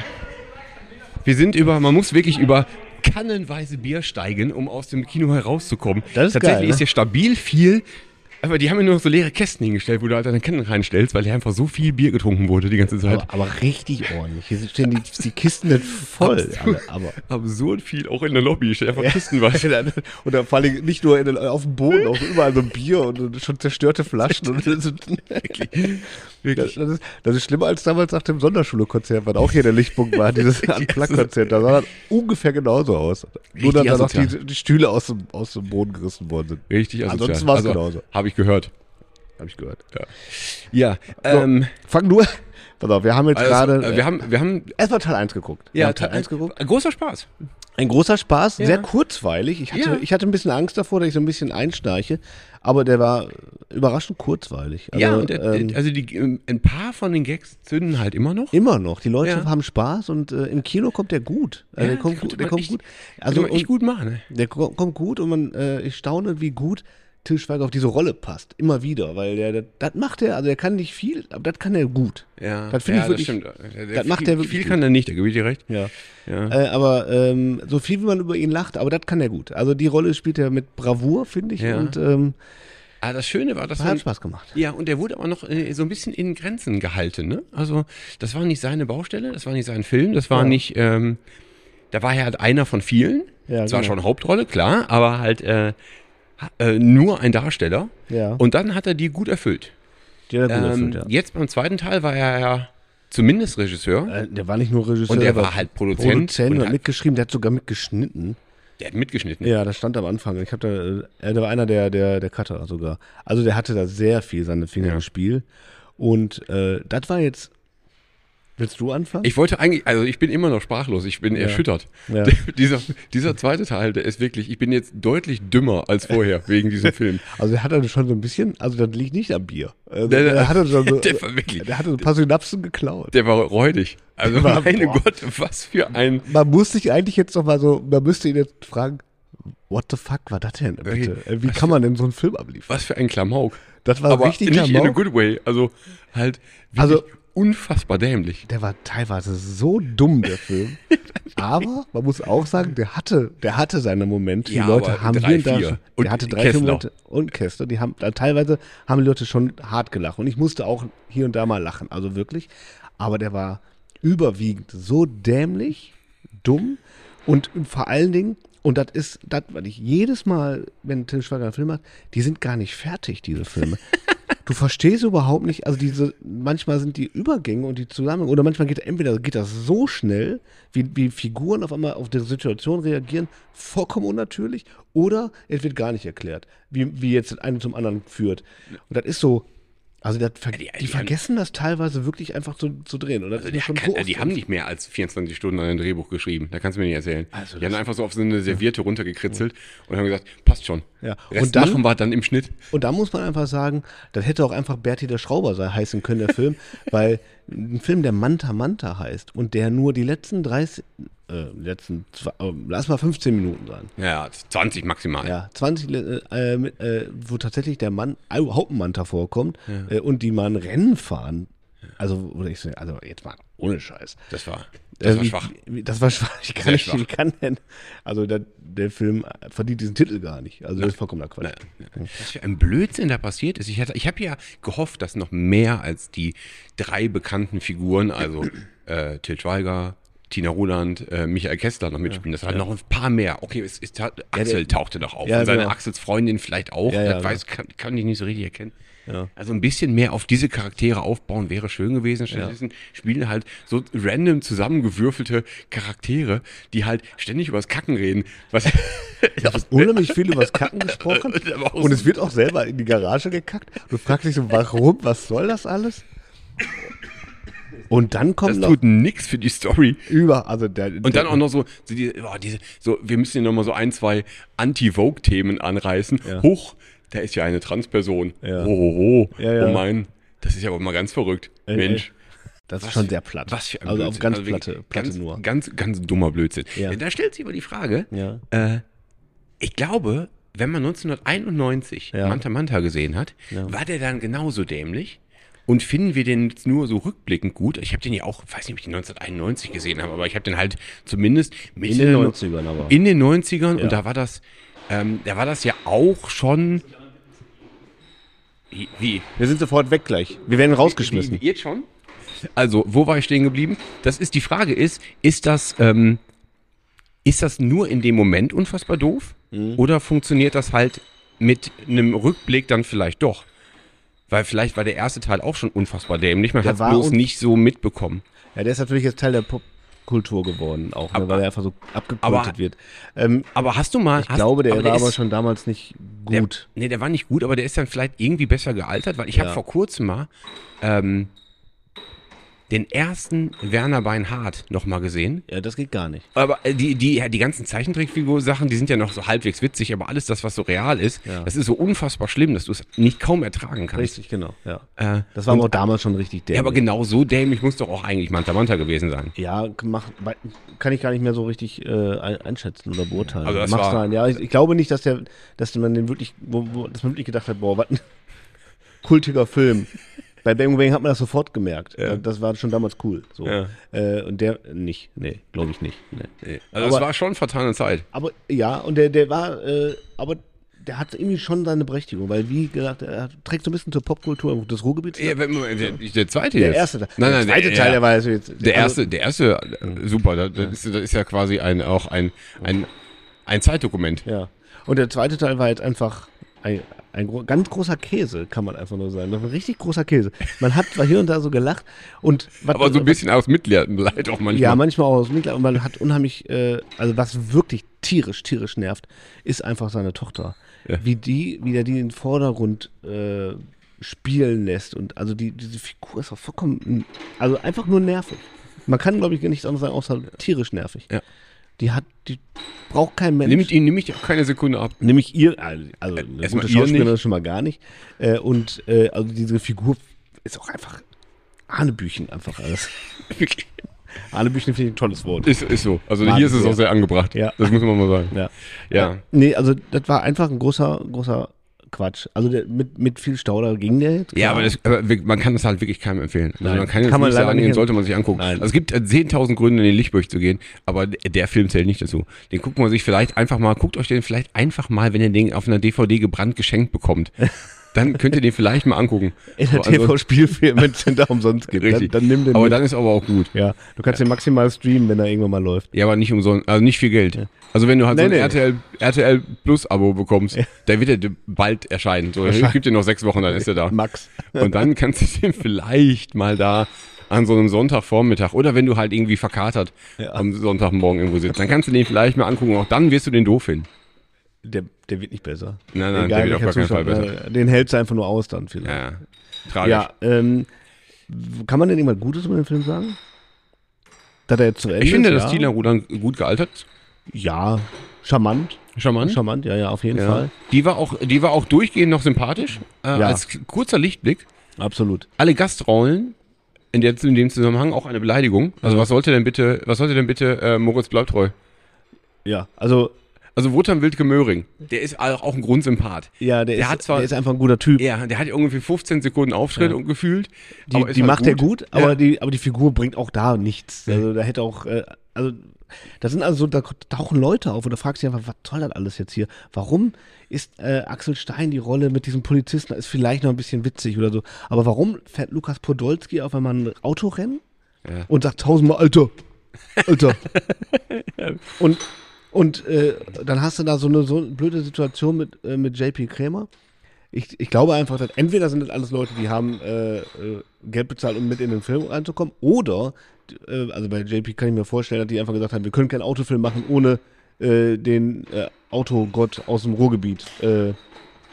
wir sind über, man muss wirklich über kannenweise Bier steigen, um aus dem Kino herauszukommen. Das ist Tatsächlich geil, ne? ist hier stabil viel, aber die haben ja nur noch so leere Kästen hingestellt, wo du halt deine Kennen reinstellst, weil hier einfach so viel Bier getrunken wurde die ganze Zeit. Aber, aber richtig ordentlich. Hier stehen die, die Kisten nicht [LAUGHS] voll. Alle, ne, aber. Absurd viel, auch in der Lobby, steht einfach [LAUGHS] kistenweise. Und dann vor allem nicht nur in den, auf dem Boden, auch überall so Bier und schon zerstörte [LAUGHS] Flaschen. Und das, das, Wirklich. das, ist, das ist schlimmer als damals nach dem Sonderschule-Konzert, weil auch hier der Lichtpunkt war, dieses [LAUGHS] Unplugged-Konzert. Da sah das ungefähr genauso aus. Nur, Richtig dass da noch asozial. die, die Stühle aus dem, aus dem Boden gerissen worden sind. Richtig asozial. Also, Ansonsten war es genauso. Habe ich gehört. Habe ich gehört. Ja, ähm, Fang nur, Pass auf, wir haben jetzt Also, gerade. äh, wir haben, wir haben, erstmal Teil 1 geguckt. Wir haben Teil 1 geguckt. Äh, Großer Spaß. Ein großer Spaß, sehr kurzweilig. Ich hatte, Ja. ich hatte ein bisschen Angst davor, dass ich so ein bisschen einschnarche, aber der war überraschend kurzweilig. Also, ja, und, äh, ähm, also die, ähm, ein paar von den Gags zünden halt immer noch. immer noch. Die Leute Ja. haben Spaß und äh, im Kino kommt der gut. Also, Ja, der kommt, konnte gut, der man kommt echt- gut. Also Also echt und gut machen. Ne? der ko- kommt gut und man, äh, ich staune, wie gut Til Schweiger auf diese Rolle passt. Immer wieder, weil der, der das macht er, also der kann nicht viel, aber das kann er gut. Ja, das finde ja, ich wirklich. stimmt. äh, Der, der das macht viel, der wirklich Viel gut. kann er nicht, da gebe ich dir recht. Ja. Ja. Äh, aber ähm, so viel wie man über ihn lacht, aber das kann er gut. Also die Rolle spielt er mit Bravour, finde ich. Ja. Und ähm, Aber Ah, das Schöne war, dass hat man, Spaß gemacht. Ja, und der wurde aber noch äh, so ein bisschen in Grenzen gehalten. Ne? Also, das war nicht seine Baustelle, das war nicht sein Film, das war Ja. nicht. Ähm, da war er halt einer von vielen. Ja, Zwar genau. schon Hauptrolle, klar, aber halt äh, ha- äh, nur ein Darsteller. Ja. Und dann hat er die gut erfüllt. Die hat er Ähm, gut erfüllt, ja. Jetzt beim zweiten Teil war er ja zumindest Regisseur. Äh, Der war nicht nur Regisseur. Und der der war halt Produzent Produzent und und hat hat- mitgeschrieben, der hat sogar mitgeschnitten. Der hat mitgeschnitten. Ja, das stand am Anfang. Ich hab da, äh, er der war einer der, der, der Cutter sogar. Also der hatte da sehr viel seine Finger im Spiel. Und äh, das war jetzt. Willst du anfangen? Ich wollte eigentlich, also ich bin immer noch sprachlos, ich bin erschüttert. Ja. [LAUGHS] dieser, dieser zweite Teil, der ist wirklich, ich bin jetzt deutlich dümmer als [LAUGHS] vorher wegen diesem Film. also er hatte schon so ein bisschen, also das liegt nicht am Bier. Also, Der- der- er hatte schon so, [LAUGHS] der war wirklich- er hatte so ein paar Synapsen geklaut. Der war räudig. Also Der war- meine boah. Gott, was für ein. man muss sich eigentlich jetzt noch mal so, man müsste ihn jetzt fragen, what the fuck war das denn bitte? Wirklich? Äh, Wie kann man denn so einen Film abliefern? Was für ein Klamauk. Das war Aber richtig nicht in a Klamauk. good way. Also halt wirklich Also- unfassbar dämlich. Der war teilweise so dumm, der [LAUGHS] Film. aber man muss auch sagen, der hatte, der hatte seine Momente. Die Ja, Leute aber haben drei, hier und da. vier. schon- Der Und hatte drei, vier Kessler. Momente und Kessler. Die haben, da teilweise haben die Leute schon hart gelacht. Und ich musste auch hier und da mal lachen. Also wirklich. Aber der war überwiegend so dämlich, dumm und vor allen Dingen, und das ist, das, was ich jedes Mal, wenn Till Schweiger einen Film macht, die sind gar nicht fertig, diese [LAUGHS] Filme. Du verstehst überhaupt nicht, also diese, manchmal sind die Übergänge und die Zusammenhänge, oder manchmal geht entweder geht das so schnell, wie, wie Figuren auf einmal auf die Situation reagieren, vollkommen unnatürlich, oder es wird gar nicht erklärt, wie, wie jetzt das eine zum anderen führt. Und das ist so, also das, ver die, die haben- vergessen das teilweise wirklich einfach zu, zu drehen. Und das ist mir schon so Kann, äh, also oft die haben nicht mehr als 24 Stunden an ein Drehbuch geschrieben. Da kannst du mir nicht erzählen. Also die haben das- einfach so auf so eine Serviette runtergekritzelt und haben gesagt, passt schon. Ja, Rest und dann- machen wir dann im Schnitt. Und da muss man einfach sagen, das hätte auch einfach Berti der Schrauber sein, heißen können, der [LAUGHS] Film, weil ein Film, der Manta Manta heißt und der nur die letzten 30, äh, letzten, zwei, äh, lass mal 15 Minuten sein. Ja, 20 maximal. Ja, 20, Le- äh, äh, mit, äh, wo tatsächlich der Mann, äh, Hauptmanta vorkommt äh, und die mal ein Rennen fahren. Also, oder ich, so- also jetzt mal ohne Scheiß. Das war, das Äh, war wie- schwach. wie- Das war schwach. Ich kann Sehr nicht, schwach. wie kann denn? Also der, der Film verdient diesen Titel gar nicht. Also das ist vollkommener Quatsch. Was für ein Blödsinn da passiert ist. Ich, hatte- ich habe ja gehofft, dass noch mehr als die drei bekannten Figuren, also äh, Til Schweiger, Tina Roland, äh, Michael Kessler noch mitspielen. Das waren noch ein paar mehr. Okay, es, es, tat- Axel tauchte noch auf. Ja, und seine genau. Axels Freundin vielleicht auch. Ja, ja, das genau. weiß, kann, kann ich nicht so richtig erkennen. Also ein bisschen mehr auf diese Charaktere aufbauen wäre schön gewesen. Stattdessen spielen halt so random zusammengewürfelte Charaktere, die halt ständig übers Kacken reden. Was [LAUGHS] unheimlich viel übers Kacken gesprochen Und aber auch und es so- wird auch selber in die Garage gekackt. Du fragst dich so, warum, was soll das alles? Und dann kommt das noch tut nix für die Story. über, also der, Und dann auch noch so, so, die, boah, diese, so wir müssen hier nochmal so ein, zwei Anti-Vogue-Themen anreißen. Hoch, da ist ja eine Transperson. Ja. Oh, oh, oh. Ja, ja. oh mein, das ist ja aber mal ganz verrückt. Ey, Mensch. ey. das ist schon sehr platt. Was für ein also auf Blödsinn. ganz Also wirklich platte, platte ganz, nur. Ganz, ganz dummer Blödsinn. Ja. Da stellt sich aber die Frage, Ja. äh, ich glaube, wenn man 1991 Ja. Manta Manta gesehen hat, war der dann genauso dämlich. Und finden wir den jetzt nur so rückblickend gut? Ich habe den ja auch, weiß nicht, ob ich den 1991 gesehen habe, aber ich habe den halt zumindest Mitte den der- 90ern aber. In den 90ern Ja. und da war das, ähm, da war das ja auch schon. Wie? wie? Wir sind sofort weg gleich. Wir werden rausgeschmissen. Wie, jetzt schon? Also, wo war ich stehen geblieben? Das ist die Frage ist, ist das, ähm, ist das nur in dem Moment unfassbar doof? Mhm. Oder funktioniert das halt mit einem Rückblick dann vielleicht doch? Weil vielleicht war der erste Teil auch schon unfassbar dämlich. Man Der hat es war bloß un- nicht so mitbekommen. Ja, der ist natürlich jetzt Teil der Popkultur geworden, auch ne, Aber- weil er einfach so abgekultet aber- wird. Ähm, Aber hast du mal. ich glaube, der war aber ist- schon damals nicht Der, gut. nee, der war nicht gut, aber der ist dann vielleicht irgendwie besser gealtert, weil ich Ja. habe vor kurzem mal ähm, den ersten Werner Beinhardt nochmal gesehen. Ja, das geht gar nicht. Aber äh, die, die, ja, die ganzen Zeichentrickfigur-Sachen, die sind ja noch so halbwegs witzig, aber alles das, was so real ist, Ja. das ist so unfassbar schlimm, dass du es nicht kaum ertragen kannst. Richtig, genau. Ja. Äh, Das war aber auch damals schon richtig dämlich. ja, aber genau so dämlich muss doch auch eigentlich Manta Manta gewesen sein. Ja, mach, wei- kann ich gar nicht mehr so richtig äh, ein- einschätzen oder beurteilen. Also das Mach's war- rein. Ja, ich, ich glaube nicht, dass der, dass man den wirklich, wo, wo, dass man wirklich gedacht hat, boah, was ein [LAUGHS] kultiger Film. Bei Bang Bang hat man das sofort gemerkt. Das war schon damals cool. So. Ja. Äh, und der nicht, nee, glaube ich nicht. Nee. Also es Aber- war schon vertane Zeit. Aber ja, und der, der war, äh, aber der hat irgendwie schon seine Berechtigung, weil wie gesagt, er trägt so ein bisschen zur Popkultur des Ruhrgebiets. Ja, wenn- der, der zweite der jetzt. erste Teil. Nein, nein, der zweite der, Teil, ja. der war also jetzt. Der also- erste, der erste, äh, super, das, das, ist, das ist ja quasi ein, auch ein, ein, ein Zeitdokument. Ja. Und der zweite Teil war jetzt einfach ein, ein gro ganz großer Käse, kann man einfach nur sagen. Das war Ein richtig großer Käse. Man hat zwar hier und da so gelacht und was, Aber so ein bisschen aus Mitleid auch manchmal. ja, manchmal auch aus Mitleid. Und man hat unheimlich, äh, also was wirklich tierisch, tierisch nervt, ist einfach seine Tochter. Wie die, wie der die in den Vordergrund äh, spielen lässt. Und also die, diese Figur ist auch vollkommen, also einfach nur nervig. Man kann, glaube ich, nichts anderes sagen, außer tierisch nervig. Ja. Die hat, die braucht kein Mensch. Nimmt ihn nämlich auch keine Sekunde ab. Nämlich ihr, also also eine erstmal gute ihr Schauspielerin nicht. schon mal gar nicht. Äh, und äh, also diese Figur ist auch einfach Hanebüchen einfach [LAUGHS] alles. Hanebüchen finde ich ein tolles Wort. Ist, ist so. Also Wahnsinn, hier ist es ja. auch sehr angebracht. Ja. Das muss man mal sagen. Ja. Ja. Nee, also das war einfach ein großer, großer Quatsch. Also der, mit, mit viel Stauder ging der jetzt. Ja, aber, das, aber wir- man kann das halt wirklich keinem empfehlen. Also Nein. man kann jetzt Kann man nicht leider sagen, nicht den hin- sollte man sich angucken. Nein. Also es gibt äh, 10.000 Gründe, in den Lichtburg zu gehen, aber d- der Film zählt nicht dazu. Den guckt man sich vielleicht einfach mal, guckt euch den vielleicht einfach mal, wenn ihr den auf einer DVD gebrannt [LAUGHS] geschenkt bekommt. Dann könnt ihr den vielleicht mal angucken. in Also, der Aber ansonsten- TV-Spielfilm, wenn es denn da umsonst gibt. Dann, Richtig. dann nimm den aber mit. dann ist aber auch gut. ja, du kannst den maximal streamen, wenn er irgendwann mal läuft. Ja, aber nicht umsonst, also nicht viel Geld. Also wenn du halt Nee, so ein nee. RTL, RTL Plus Abo bekommst, dann wird er d- bald erscheinen. So, ich gebe dir noch sechs Wochen, dann ist er da. Max. Und dann kannst du den vielleicht mal da an so einem Sonntagvormittag oder wenn du halt irgendwie verkatert am Sonntagmorgen irgendwo sitzt, dann kannst du den vielleicht mal angucken. Auch dann wirst du den doof finden. Der, der wird nicht besser. Nein, nein, der wird auf welcher gar keinen Fall Zustand. Ja, Den hältst du einfach nur aus dann vielleicht. Ja, ja. tragisch. Ja, ähm, w- kann man denn irgendwas Gutes über den Film sagen? Dass er jetzt zu Ende Ich finde, ist, dass ja. Tina Rudern gut gealtert ist. Ja, charmant. Charmant. Charmant, ja, ja, auf jeden Ja. Fall. Die, war auch, die war auch durchgehend noch sympathisch. Äh, Ja. Als k- kurzer Lichtblick. Absolut. alle Gastrollen in, der, in dem Zusammenhang auch eine Beleidigung. Also was sollte denn bitte, was sollte denn bitte äh, Moritz bleibt treu? Ja, also, Also Wotan Wildke Möhring, der ist auch auch ein Grundsympath. ja, der, Der ist, hat zwar- der ist einfach ein guter Typ. Ja, der hat irgendwie 15 Sekunden Auftritt und gefühlt. die aber ist die halt macht er gut, aber, Ja. die, aber die Figur bringt auch da nichts. Also, da hätte auch, äh, also, da sind also, so- da tauchen Leute auf und da fragst du dich einfach, was soll das alles jetzt hier? Warum ist äh, Axel Stein die Rolle mit diesem Polizisten, ist vielleicht noch ein bisschen witzig oder so, aber warum fährt Lukas Podolski auf einmal ein Autorennen? und sagt tausendmal, Alter, Alter. und und äh, dann hast du da so eine so eine blöde Situation mit, äh, mit JP Krämer. Ich, ich glaube einfach, dass entweder sind das alles Leute, die haben äh, äh, Geld bezahlt, um mit in den Film reinzukommen, oder, äh, also bei JP kann ich mir vorstellen, dass die einfach gesagt haben, wir können keinen Autofilm machen ohne äh, den äh, Autogott aus dem Ruhrgebiet äh,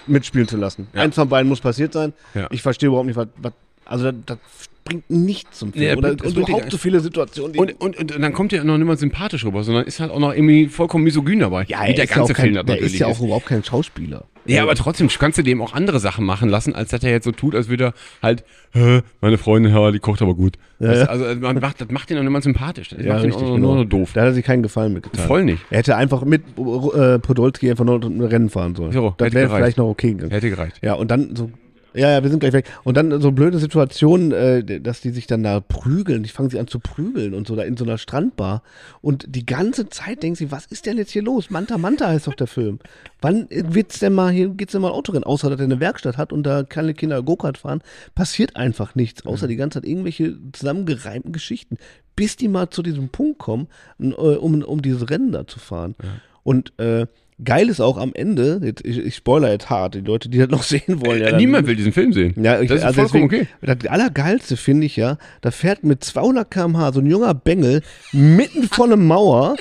mitspielen zu lassen. Eins von beiden muss passiert sein. Ja. Ich verstehe überhaupt nicht, was, was also das, das bringt nichts zum Film. Nee, das Oder bringt- das und bringt überhaupt die- so viele Situationen, die Und, und, und, und dann kommt er noch nicht mal sympathisch rüber, sondern ist halt auch noch irgendwie vollkommen misogyn dabei. Ja, wie er der ist ja ganze auch kein, Film das Der ist natürlich ja ist. auch überhaupt kein Schauspieler. Ja, aber trotzdem kannst du dem auch andere Sachen machen lassen, als dass er jetzt so tut, als würde er halt, "Hä, meine Freundin, ja, die kocht aber gut. Das, also man macht, das macht ihn auch nicht mal sympathisch. Das macht ihn auch nur, nur doof. genau. Da hat er sich keinen Gefallen mitgetan. Voll nicht. Er hätte einfach mit äh, Podolski einfach nur ein Rennen fahren sollen. Jo, das hätte wäre gereicht. vielleicht noch okay gegangen. Hätte gereicht. Ja, und dann so. Ja, ja, wir sind gleich weg. Und dann so blöde Situationen, äh, dass die sich dann da prügeln. Die fangen sich an zu prügeln und so da in so einer Strandbar. Und die ganze Zeit denken sie, was ist denn jetzt hier los? Manta Manta heißt doch der Film. Wann äh, wird's denn mal hier, geht's denn mal ein Autorennen? Außer, dass er eine Werkstatt hat und da kleine Kinder Go-Kart fahren, passiert einfach nichts. Außer die ganze Zeit irgendwelche zusammengereimten Geschichten. Bis die mal zu diesem Punkt kommen, n- äh, um, um dieses Rennen da zu fahren. Und, äh, Geil ist auch am Ende, jetzt, ich, ich spoiler jetzt hart, die Leute, die das noch [LAUGHS] sehen wollen. ja, Äh, dann- Niemand will diesen Film sehen. Ähm, Ja, ich, das ist also vollkommen deswegen, okay. Das Allergeilste finde ich ja, da fährt mit 200 km/h so ein junger Bengel mitten vor einer Mauer,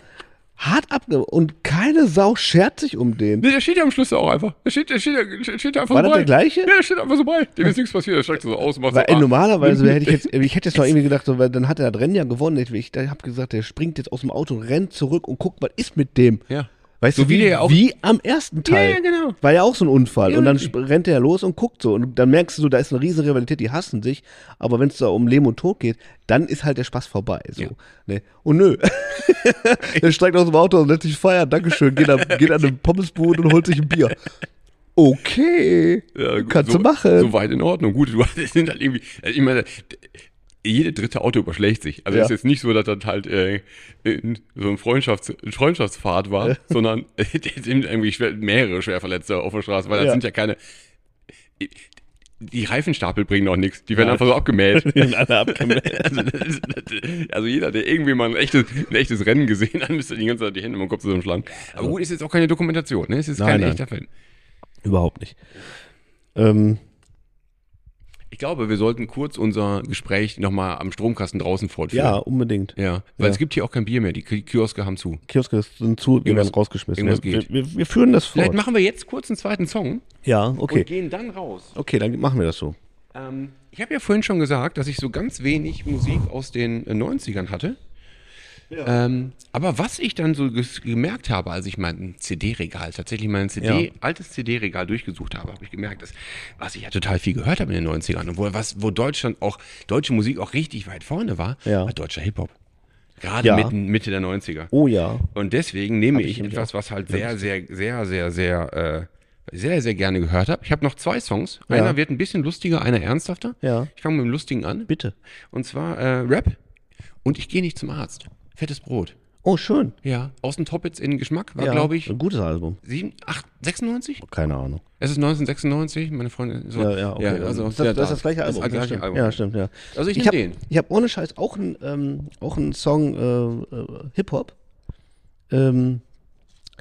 hart abge... Und keine Sau schert sich um den. Nee, der steht ja am Schluss auch einfach. Der steht, der steht, der steht da einfach War so das bei. der gleiche? Ja, der steht einfach so bei. Dem ist nichts passiert. Der steigt so aus und macht Weil so. ah, ey, normalerweise hätte ich jetzt, ich hätte jetzt noch irgendwie gedacht, so, weil dann hat er das Rennen ja gewonnen. Ich, ich habe gesagt, der springt jetzt aus dem Auto, rennt zurück und guckt, was ist mit dem. Ja. Weißt So du, wie wie, der ja auch- wie am ersten Teil. Ja, ja, genau. War ja auch so ein Unfall. und dann sp- rennt er los und guckt so. Und dann merkst du, da ist eine riesen Rivalität, die hassen sich. Aber wenn es da um Leben und Tod geht, dann ist halt der Spaß vorbei. So. Ne? Und nö. er steigt aus dem Auto und lässt sich feiern. Dankeschön. Geht an, geht an eine Pommesbude und holt sich ein Bier. Okay. Ja, gut, Kannst so, du machen. So weit in Ordnung. Gut, [LAUGHS] du die sind halt irgendwie. Also ich meine, d- jede dritte Auto überschlägt sich. Also Ja. ist jetzt nicht so, dass das halt äh, in so ein Freundschafts eine Freundschaftsfahrt war, [LAUGHS] sondern äh, die sind irgendwie schwer, mehrere Schwerverletzte auf der Straße, weil das Ja. sind ja keine. Die Reifenstapel bringen auch nichts. Die werden einfach [LAUGHS] so abgemäht. alle abgemeldet. Also, das ist- das- [LAUGHS] also jeder, der irgendwie mal ein echtes, ein echtes Rennen gesehen hat, müsste die ganze Zeit die Hände im Kopf zusammenschlagen. Aber gut, ist jetzt auch keine Dokumentation, ne? Es ist Also Nein, kein nein. echter Film. Überhaupt nicht. Ähm, Ich glaube, wir sollten kurz unser Gespräch nochmal am Stromkasten draußen fortführen. ja, unbedingt. Ja, weil Ja. es gibt hier auch kein Bier mehr. Die Ki- Kioske haben zu. Kioske sind zu, wir Irgendwas- werden rausgeschmissen. irgendwas wir, geht. wir, wir führen das Vielleicht fort. machen wir jetzt kurz einen zweiten Song Ja, okay. und gehen dann raus. Okay, dann machen wir das so. Ähm, ich habe ja vorhin schon gesagt, dass ich so ganz wenig Musik aus den äh, 90ern hatte. Ähm, aber was ich dann so ges- gemerkt habe, als ich mein CD-Regal, tatsächlich mein CD, Ja. altes CD-Regal durchgesucht habe, habe ich gemerkt, dass, was ich ja total viel gehört habe in den 90ern und wo, was, wo Deutschland auch, deutsche Musik auch richtig weit vorne war, Ja. war deutscher Hip-Hop. Gerade Ja. mitten, Mitte der 90er. Oh ja. Und deswegen nehme ich ich nämlich etwas, was halt sehr, sehr, sehr, sehr, sehr, äh, sehr, sehr gerne gehört habe. Ich habe noch zwei Songs. Einer wird ein bisschen lustiger, einer ernsthafter. Ja. Ich fange mit dem Lustigen an. Bitte. Und zwar äh, Rap. Und ich gehe nicht zum Arzt. Fettes Brot. Oh, schön. Ja. Aus den Toppits in Geschmack war, glaube ich, Ein gutes Album. sieben, acht, 96? Keine Ahnung. Es ist 1996, meine Freundin. So. also, das, das ist das gleiche Album. Das ist das gleiche stimmt. Album. Ja, stimmt, ja. Also ich ich nehm habe den. hab ohne Scheiß auch einen ähm, auch einen Song äh, äh, Hip-Hop. Ähm,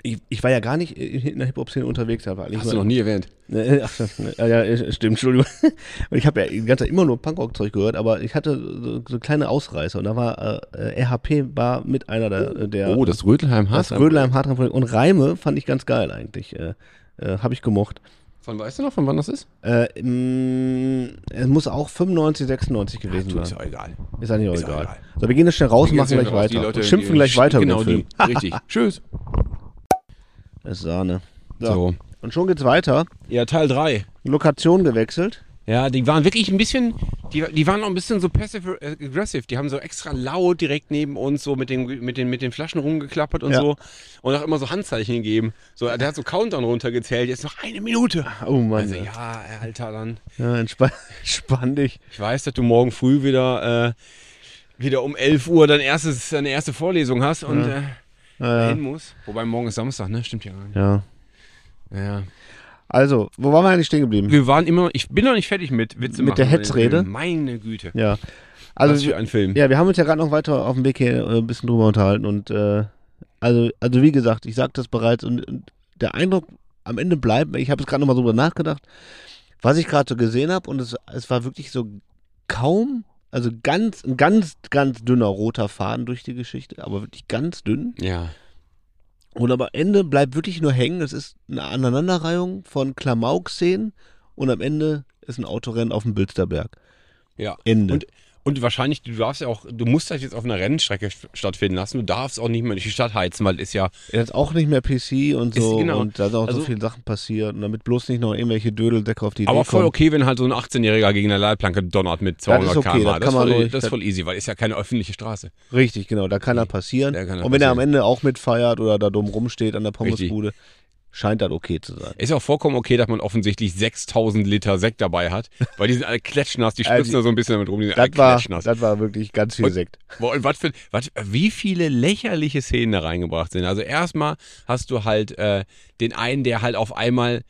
ich, ich war ja gar nicht in in der Hip-Hop-Szene unterwegs. Da war eigentlich Hast nur- du noch nie erwähnt. Äh, Ach, ja, [LAUGHS] ja, äh, stimmt, Entschuldigung. [LAUGHS] Und ich habe ja die ganze Zeit immer nur Punkrock-Zeug gehört, aber ich hatte so, so kleine Ausreißer und da war äh, äh, RHP war mit einer der, der Oh, das Rötelheim das Hass. Rödelheim Hartram und Reime fand ich ganz geil eigentlich. Äh, äh, habe ich gemocht. Von weißt du noch, von wann das ist? Äh, mh, es muss auch 95, 96 gewesen Du, ist sein. ja egal. Ist eigentlich auch ist ja egal. egal. So, wir gehen jetzt schnell raus und machen Jetzt gleich raus, die weiter. Leute, und schimpfen die- gleich weiter Genau über den Film. [LAUGHS] die. Richtig. Tschüss. Das ist Sahne. So. Und schon geht's weiter. Ja, Teil 3. Lokation gewechselt. Ja, die waren wirklich ein bisschen, die, die waren auch ein bisschen so passive äh, aggressive. Die haben so extra laut direkt neben uns so mit den, mit den, mit den Flaschen rumgeklappert und Ja. so. Und auch immer so Handzeichen gegeben. So, der hat so Countdown runtergezählt. Jetzt noch eine Minute. Oh Mann. Also, ja. ja, Alter, dann. Ja, entspann, [LAUGHS] entspann dich. Ich weiß, dass du morgen früh wieder, äh, wieder um 11 Uhr dein erstes, deine erste Vorlesung hast und äh, dahin musst. Wobei morgen ist Samstag, ne? Stimmt ja gar nicht. Ja. Ja. Also, wo waren wir eigentlich stehen geblieben? Wir waren immer, ich bin noch nicht fertig mit Witze Mit der machen über den Hetzrede? Film. Meine Güte. Ja. Was Also, für ein Film. ja, wir haben uns ja gerade noch weiter auf dem Weg hier äh, ein bisschen drüber unterhalten und äh, also, also wie gesagt, ich sagte das bereits und, und der Eindruck am Ende bleibt, ich habe jetzt gerade nochmal drüber nachgedacht, was ich gerade so gesehen habe und es, es war wirklich so kaum, also ganz, ein ganz, ganz dünner roter Faden durch die Geschichte, aber wirklich ganz dünn. Ja. Und am Ende bleibt wirklich nur hängen, es ist eine Aneinanderreihung von Klamauk-Szenen und am Ende ist ein Autorennen auf dem Bilsterberg. Ja. Ende. Und, und wahrscheinlich, du darfst ja auch, du musst das jetzt auf einer Rennstrecke st- stattfinden lassen. Du darfst auch nicht mehr durch die Stadt heizen, weil ist ja. Jetzt auch nicht mehr PC und so. Ist- genau. Und da sind auch Also- so viele Sachen passiert. Und damit bloß nicht noch irgendwelche Dödeldecke auf die Idee Aber voll kommen. okay, wenn halt so ein 18-Jähriger gegen eine Leitplanke donnert mit 200 ist okay, km/h. das kann ist man voll, ruhig- das ist voll easy, weil ist ja keine öffentliche Straße. Richtig, genau. Da kann er passieren. Da kann er und wenn er am passieren. Ende auch mitfeiert oder da dumm rumsteht an der Pommesbude, scheint das okay zu sein. Ist ja auch vollkommen okay, dass man offensichtlich 6000 Liter Sekt dabei hat, weil die sind alle klatschnass, [LAUGHS] Äh, die spritzen die- da so ein bisschen damit rum, die sind Das alle war, klatschnass. das war wirklich ganz viel Und- Sekt. Boah, und was für, was, wie viele lächerliche Szenen da reingebracht sind. Also erstmal hast du halt äh, den einen, der halt auf einmal,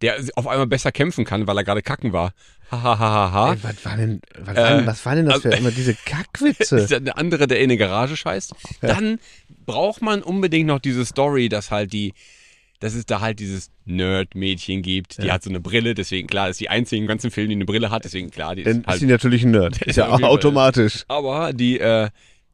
der auf einmal besser kämpfen kann, weil er gerade kacken war. Hahaha. Ey, was war denn, was, war denn, was war denn das für immer diese Kackwitze? Äh, [LAUGHS] Ist dann der andere, der in eine Garage scheißt. Dann braucht man unbedingt noch diese Story, dass halt die, dass es da halt dieses Nerd-Mädchen gibt, die hat so eine Brille, deswegen klar, ist die einzige im ganzen Film, die eine Brille hat, deswegen klar, die Denn ist ist [LAUGHS] halt sie natürlich ein Nerd. Ist ja auf jeden Fall. automatisch. Aber die, äh,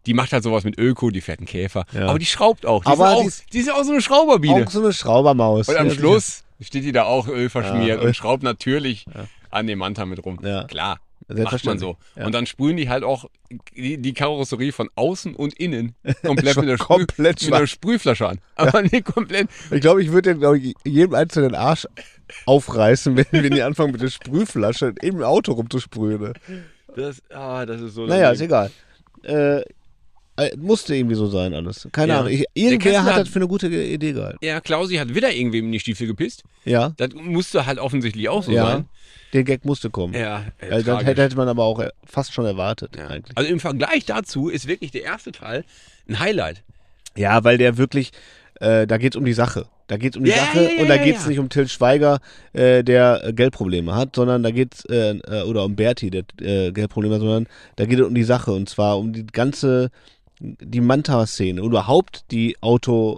die macht halt sowas mit Öko, die fährt einen Käfer. Ja. Aber die schraubt auch. Die, Aber ist, auch, die die, ist- ist, auch so eine Schrauberbiene. Auch so eine Schraubermaus. und am Ja, sicher. Schluss steht die da auch ölverschmiert Ja, Öl- und schraubt natürlich an dem Manta mit rum. Ja. Klar, macht man Selbstverständlich. so. Ja. Und dann sprühen die halt auch die, die Karosserie von außen und [LAUGHS] innen komplett, mit der, Sprüh, Komplett mit der schwarz. Sprühflasche an. Aber nicht komplett. Ich glaube, ich würde den, glaub ich, jedem einzelnen Arsch aufreißen, [LAUGHS] wenn wir nicht anfangen, mit der Sprühflasche im Auto rumzusprühen. Ne? Das, ah, das ist so. Naja, ist daneben. egal. Äh, äh, musste irgendwie so sein alles. Keine Ja. Ahnung. Ich, Der irgendwer Kessler hat hat- das für eine gute Ge- Idee gehalten. ja, Klausi hat wieder irgendwem in die Stiefel gepisst. Ja, Das musste halt offensichtlich auch so ja. sein. Der Gag musste kommen. Ja, äh, also, das tragisch. hätte, hätte man aber auch äh, fast schon erwartet Ja. eigentlich. Also im Vergleich dazu ist wirklich der erste Teil ein Highlight. Ja, weil der wirklich, äh, da geht's um die Sache. Da geht's um die Ja, ja, Sache ja, und da ja, geht's ja. nicht um Till Schweiger, äh, der äh, Geldprobleme hat, sondern da geht's äh, äh, oder um Berti, der äh, Geldprobleme hat, sondern da geht es um die Sache und zwar um die ganze, die Manta-Szene und überhaupt die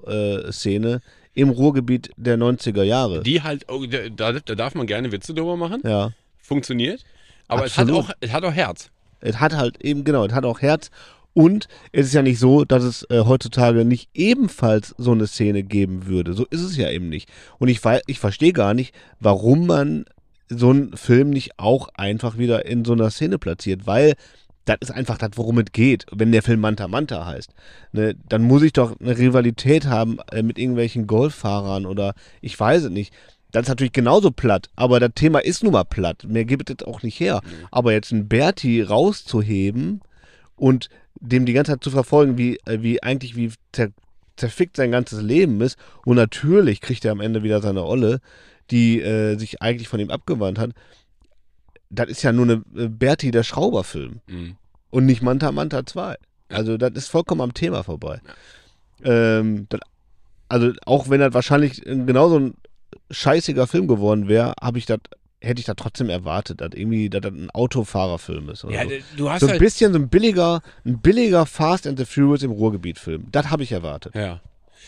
Autoszene im Ruhrgebiet der 90er Jahre. Die halt, oh, da, da da darf man gerne Witze drüber machen. ja. Funktioniert. Aber es hat, Absolut. auch, es hat auch Herz. Es hat halt eben, genau, es hat auch Herz. Und es ist ja nicht so, dass es äh, heutzutage nicht ebenfalls so eine Szene geben würde. So ist es ja eben nicht. Und ich, wei- ich verstehe gar nicht, warum man so einen Film nicht auch einfach wieder in so einer Szene platziert, weil das ist einfach das, worum es geht. Wenn der Film Manta Manta heißt, ne, dann muss ich doch eine Rivalität haben äh, mit irgendwelchen Golffahrern oder ich weiß es nicht. Das ist natürlich genauso platt, aber das Thema ist nun mal platt. Mehr gibt es auch nicht her. Aber jetzt einen Berti rauszuheben und dem die ganze Zeit zu verfolgen, wie, äh, wie eigentlich wie zer, zerfickt sein ganzes Leben ist. Und natürlich kriegt er am Ende wieder seine Olle, die äh, sich eigentlich von ihm abgewandt hat. Das ist ja nur eine äh, Berti der Schrauberfilm Mhm. und nicht Manta Manta 2. Also das ist vollkommen am Thema vorbei. Ähm, das, also auch wenn das wahrscheinlich äh, genauso ein scheißiger Film geworden wäre, habe ich das hätte ich da trotzdem erwartet, dass irgendwie dass das ein Autofahrerfilm ist oder Ja, so. du hast Also So ein halt. bisschen so ein billiger, ein billiger Fast and the Furious im Ruhrgebiet-Film. Das habe ich erwartet. Ja.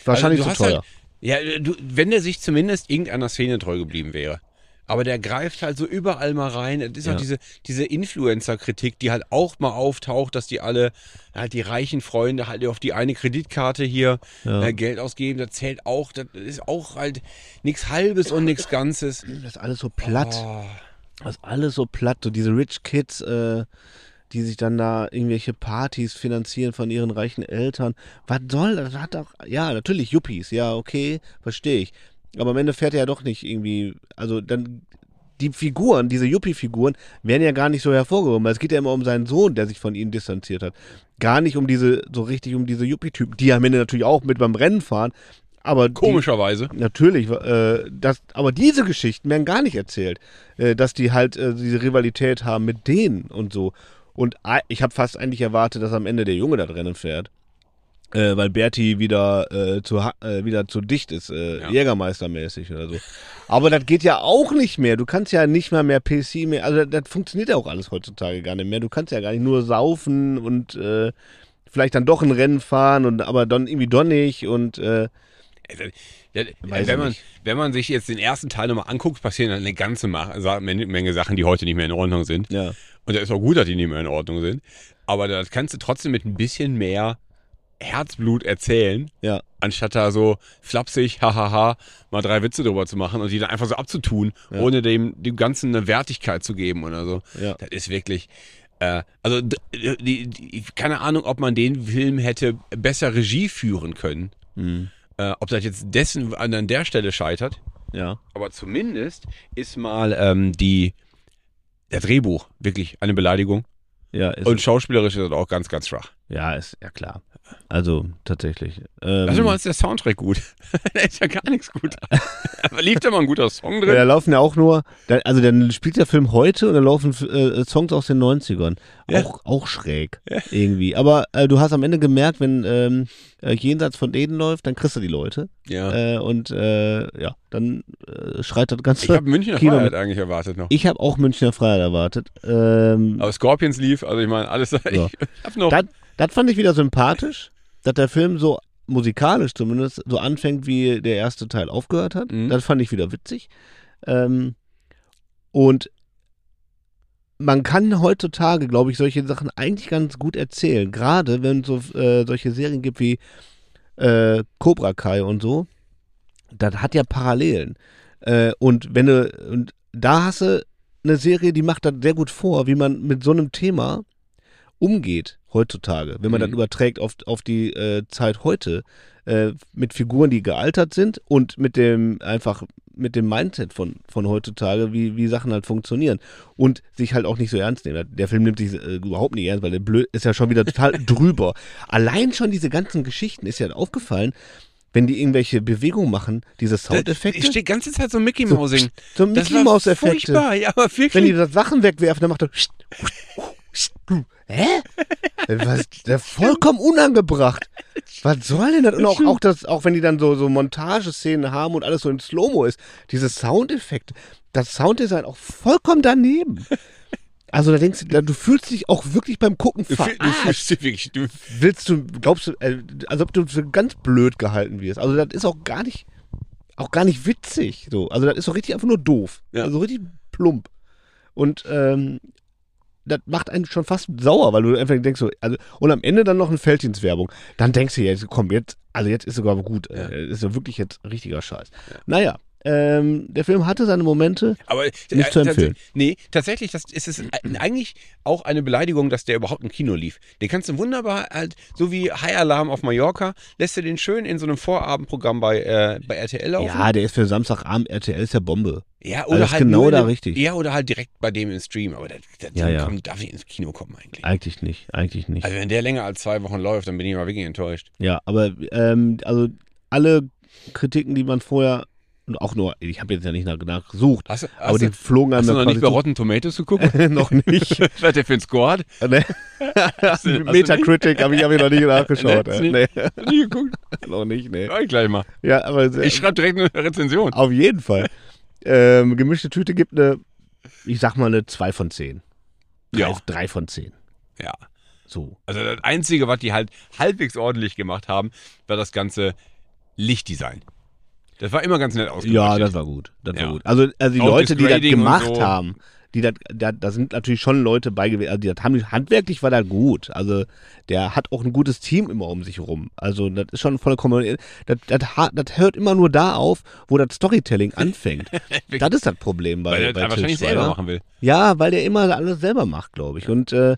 Wahrscheinlich Also, du zu hast teuer. Halt, ja, du, wenn der sich zumindest irgendeiner Szene treu geblieben wäre. Aber der greift halt so überall mal rein. Es ist Ja. auch diese, diese Influencer-Kritik, die halt auch mal auftaucht, dass die alle, halt die reichen Freunde halt auf die eine Kreditkarte hier äh, Geld ausgeben. Das zählt auch, das ist auch halt nichts Halbes und nichts Ganzes. ne, das ist alles so platt. Das ist alles so platt. So diese Rich Kids, äh, die sich dann da irgendwelche Partys finanzieren von ihren reichen Eltern. Was soll das? Hat doch, ja, natürlich Yuppies. Ja, okay, verstehe ich. Aber am Ende fährt er ja doch nicht irgendwie. Also dann. Die Figuren, diese Yuppie-Figuren, werden ja gar nicht so hervorgehoben. weil Es geht ja immer um seinen Sohn, der sich von ihnen distanziert hat. Gar nicht um diese, so richtig um diese Yuppie-Typen, die am Ende natürlich auch mit beim Rennen fahren. Aber die- Komischerweise. Natürlich, äh, das, aber diese Geschichten werden gar nicht erzählt, äh, dass die halt äh, diese Rivalität haben mit denen und so. Und ei- ich habe fast eigentlich erwartet, dass am Ende der Junge da drinnen fährt, äh, weil Berti wieder, äh, zu, ha- äh, wieder zu dicht ist, äh, Ja. Jägermeistermäßig oder so. Aber das geht ja auch nicht mehr. Du kannst ja nicht mal mehr PC mehr. Also das, das funktioniert ja auch alles heutzutage gar nicht mehr. Du kannst ja gar nicht nur saufen und äh, vielleicht dann doch ein Rennen fahren und aber dann irgendwie doch nicht und äh, Also, ja, Weiß ich Wenn man, nicht. wenn man sich jetzt den ersten Teil nochmal anguckt, passieren dann eine ganze Ma- Sa- Men- Menge Sachen, die heute nicht mehr in Ordnung sind. ja. Und da ist auch gut, dass die nicht mehr in Ordnung sind. Aber das kannst du trotzdem mit ein bisschen mehr Herzblut erzählen, Ja. anstatt da so flapsig, hahaha, mal drei Witze drüber zu machen und die dann einfach so abzutun, ohne dem, dem Ganzen eine Wertigkeit zu geben oder so. Ja. Das ist wirklich. Äh, also, d- die, die, keine Ahnung, ob man den Film hätte besser Regie führen können. Hm. Äh, ob das jetzt dessen an an der Stelle scheitert. Ja. Aber zumindest ist mal ähm, die, der Drehbuch wirklich eine Beleidigung. Ja, ist, Und schauspielerisch ist das auch ganz, ganz schwach. ja, ist ja klar. Also tatsächlich. Also Ähm, mal ist der Soundtrack gut. [LAUGHS] da ist ja gar nichts [LAUGHS] gut. Aber lief da mal ein guter Song ja, da drin? laufen ja auch nur, da, also dann spielt der Film heute und da laufen äh, Songs aus den 90ern. Ja. Auch, auch schräg irgendwie. Aber äh, du hast am Ende gemerkt, wenn ähm, äh, jenseits von Eden läuft, dann kriegst du die Leute. Ja. Äh, und äh, ja, dann äh, schreit das Ganze. Ich habe Münchner Kino- Freiheit eigentlich erwartet noch. Ich hab auch Münchner Freiheit erwartet. Ähm, Aber Scorpions lief, also ich meine, alles. [LAUGHS] Ich hab noch. Das, das fand ich wieder sympathisch, dass der Film so musikalisch zumindest so anfängt, wie der erste Teil aufgehört hat. Mhm. Das fand ich wieder witzig. Ähm, und man kann heutzutage, glaube ich, solche Sachen eigentlich ganz gut erzählen. Gerade wenn es so, äh, solche Serien gibt wie äh, Cobra Kai und so. Das hat ja Parallelen. Äh, und wenn du, und da hast du eine Serie, die macht das sehr gut vor, wie man mit so einem Thema umgeht heutzutage, wenn man Mhm. das überträgt auf, auf die äh, Zeit heute, äh, mit Figuren, die gealtert sind und mit dem einfach mit dem Mindset von, von heutzutage, wie, wie Sachen halt funktionieren und sich halt auch nicht so ernst nehmen. Der Film nimmt sich äh, überhaupt nicht ernst, weil der blöd ist ja schon wieder total drüber. Allein schon diese ganzen Geschichten ist ja aufgefallen, wenn die irgendwelche Bewegungen machen, diese Soundeffekte, Ich stehe die ganze Zeit so Mickey So, Mousing. so Das Mickey war Mouse Effekte. Furchtbar, ja, aber wirklich. Wenn die das Sachen wegwerfen, dann macht er. Hä? Was, der vollkommen unangebracht. Was soll denn das? Und auch, auch, das, auch wenn die dann so, so Montageszenen haben und alles so in Slow-Mo ist, diese Soundeffekte, das Sounddesign auch vollkommen daneben. Also da denkst du, da- du fühlst dich auch wirklich beim Gucken du, fühl- du verarscht. fühlst dich wirklich. Du, Willst du, glaubst du, äh, als ob du für ganz blöd gehalten wirst. Also das ist auch gar nicht, auch gar nicht witzig. So. Also das ist doch richtig einfach nur doof. Ja. Also richtig plump. Und ähm, das macht einen schon fast sauer, weil du einfach denkst so, also, und am Ende dann noch eine Felddienstwerbung. Dann denkst du ja, jetzt, komm, jetzt, also jetzt ist sogar gut. Ja. Äh, ist ja wirklich jetzt richtiger Scheiß. Naja, ähm, der Film hatte seine Momente. aber Nicht zu empfehlen. tats- Nee, tatsächlich, das ist es [CLEARS THROAT] eigentlich auch eine Beleidigung, dass der überhaupt im Kino lief. Den kannst du wunderbar, halt, so wie High Alarm auf Mallorca, lässt du den schön in so einem Vorabendprogramm bei, äh, bei RTL laufen. Ja, der ist für Samstagabend RTL ist ja Bombe. Ja, das oder ist halt genau nur in da dem- richtig. Ja, oder halt direkt bei dem im Stream. Aber der, der Ja, ja. Kann, darf nicht ins Kino kommen eigentlich. Eigentlich nicht, eigentlich nicht. Also wenn der länger als zwei Wochen läuft, dann bin ich mal wirklich enttäuscht. Ja, aber ähm, also alle Kritiken, die man vorher und auch nur, ich habe jetzt ja nicht nach, nachgesucht, Hast du, hast aber die du, flogen einem hast du ja noch nicht bei quasi Rotten Tomatoes geguckt? zu. [LAUGHS] noch nicht. [LAUGHS] Was hat der für ein Score hat? [LAUGHS] Ne? du nicht? Metacritic habe ich, hab ich noch nicht nachgeschaut. Hast du äh, Nee, Hast du [LAUGHS] nie geguckt? noch nicht, nee. Ja, ich gleich mal. Ja, aber sehr, Ich schreibe direkt eine Rezension. auf jeden Fall. Ähm, gemischte Tüte gibt eine, ich sag mal eine 2 von 10. Ja. Drei- Drei von 10. Ja. So. Also das Einzige, was die halt halbwegs ordentlich gemacht haben, war das ganze Lichtdesign. Das war immer ganz nett Ja, ausgeleuchtet. das war gut. Das Ja. war gut. Also, also die Auch Leute, die das Grading und gemacht so. haben, die das, da, da sind natürlich schon Leute bei gewesen. Also die das haben, handwerklich war das gut. Also der hat auch ein gutes Team immer um sich herum. Also das ist schon vollkommen. Das, das, ha- das hört immer nur da auf, wo das Storytelling [LAUGHS] anfängt. das ist das Problem bei, weil er bei das wahrscheinlich Til selber Schweiger. machen will. Ja, weil der immer alles selber macht, glaube ich. Und äh,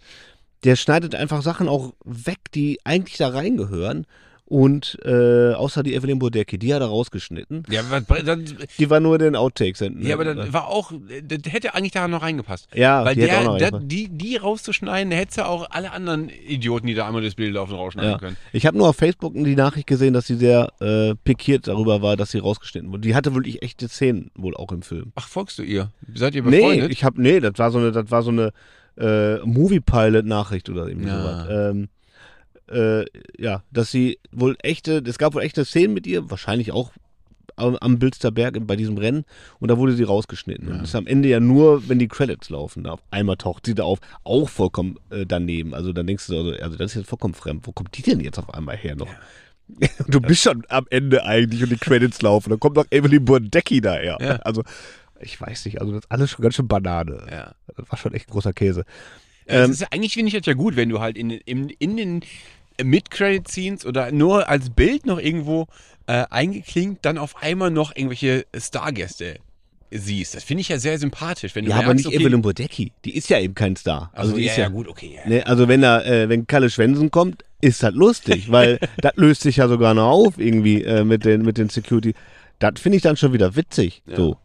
der schneidet einfach Sachen auch weg, die eigentlich da reingehören. Und äh, außer die Evelyn Bodecki, die hat er rausgeschnitten. Ja, aber das, Die war nur in den Outtakes hinten. ja, aber das war auch, das hätte eigentlich daran noch reingepasst. ja, Weil die der, hat auch noch der, einfach- die, die rauszuschneiden, da hättest du auch alle anderen Idioten, die da einmal das Bild laufen, rausschneiden ja. können. Ich habe nur auf Facebook die Nachricht gesehen, dass sie sehr äh, pikiert darüber war, dass sie rausgeschnitten wurde. Die hatte wirklich echte Szenen wohl auch im Film. Ach, folgst du ihr? Seid ihr Nee, befreundet? ich habe nee, das war so eine, das war so eine äh, Movie Pilot Nachricht oder irgendwie Ja. sowas. Ähm, äh, ja, dass sie wohl echte, es gab wohl echte Szenen mit ihr, wahrscheinlich auch am, am Bilster Berg bei diesem Rennen und da wurde sie rausgeschnitten. Und das ist am Ende ja nur, wenn die Credits laufen. Da auf einmal taucht sie da auf, auch vollkommen äh, daneben. Also dann denkst du, also, also das ist jetzt vollkommen fremd. Wo kommt die denn jetzt auf einmal her noch? [LAUGHS] Du bist schon am Ende eigentlich und die Credits laufen. Dann kommt noch Emily Burdecki daher. Ja. Also, ich weiß nicht, also das ist alles schon ganz schön Banane. ja. Das war schon echt großer Käse. Es Ähm, ist, ja- eigentlich finde ich das ja gut, wenn du halt in, den- in, in den Mid-Credit-Scenes oder nur als Bild noch irgendwo äh, eingeklinkt, dann auf einmal noch irgendwelche Stargäste siehst. Das finde ich ja sehr sympathisch, wenn du Ja, aber merkst, nicht okay, Evelyn Bodecki. Die ist ja eben kein Star. Also, die ja, ist ja, gut, okay. Ja. Ne, also wenn da, äh, wenn Kalle Schwensen kommt, ist das lustig, [LAUGHS] weil das löst sich ja sogar noch auf irgendwie äh, mit den mit den Security. Das finde ich dann schon wieder witzig. So,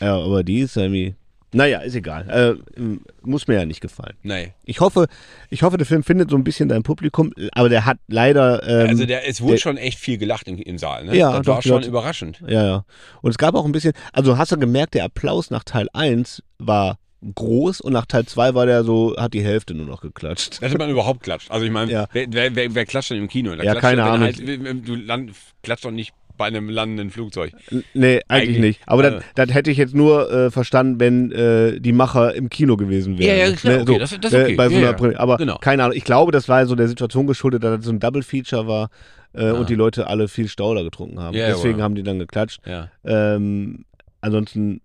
ja, aber die ist irgendwie. Naja, ist egal. Äh, m- muss mir ja nicht gefallen. Nein. Ich hoffe, ich hoffe, der Film findet so ein bisschen dein Publikum, aber der hat leider. Ähm, Also der, es wurde der- schon echt viel gelacht im, im Saal. Ne? Ja, das doch, war die schon Leute- überraschend. ja, ja. Und es gab auch ein bisschen, also hast du gemerkt, der Applaus nach Teil 1 war groß und nach Teil 2 war der so, hat die Hälfte nur noch geklatscht. Dass man überhaupt klatscht. Also ich meine, Ja. wer, wer, wer, wer klatscht denn im Kino? Da Ja, klatscht keine dann Ahnung. Halt, du land, klatscht doch nicht bei einem landenden Flugzeug. N- Nee, eigentlich, Eigentlich- nicht. Aber äh. das, das hätte ich jetzt nur äh, verstanden, wenn äh, die Macher im Kino gewesen wären. Ja, ja, klar, okay, das- das ist okay. bei so Ja, einer ja. Premi- Aber Genau. keine Ahnung, ich glaube, das war so der Situation geschuldet, dass das so ein Double-Feature war äh, Ah. und die Leute alle viel Stauder getrunken haben. Ja, ja, Deswegen oder? haben die dann geklatscht. Ja. Ähm, ansonsten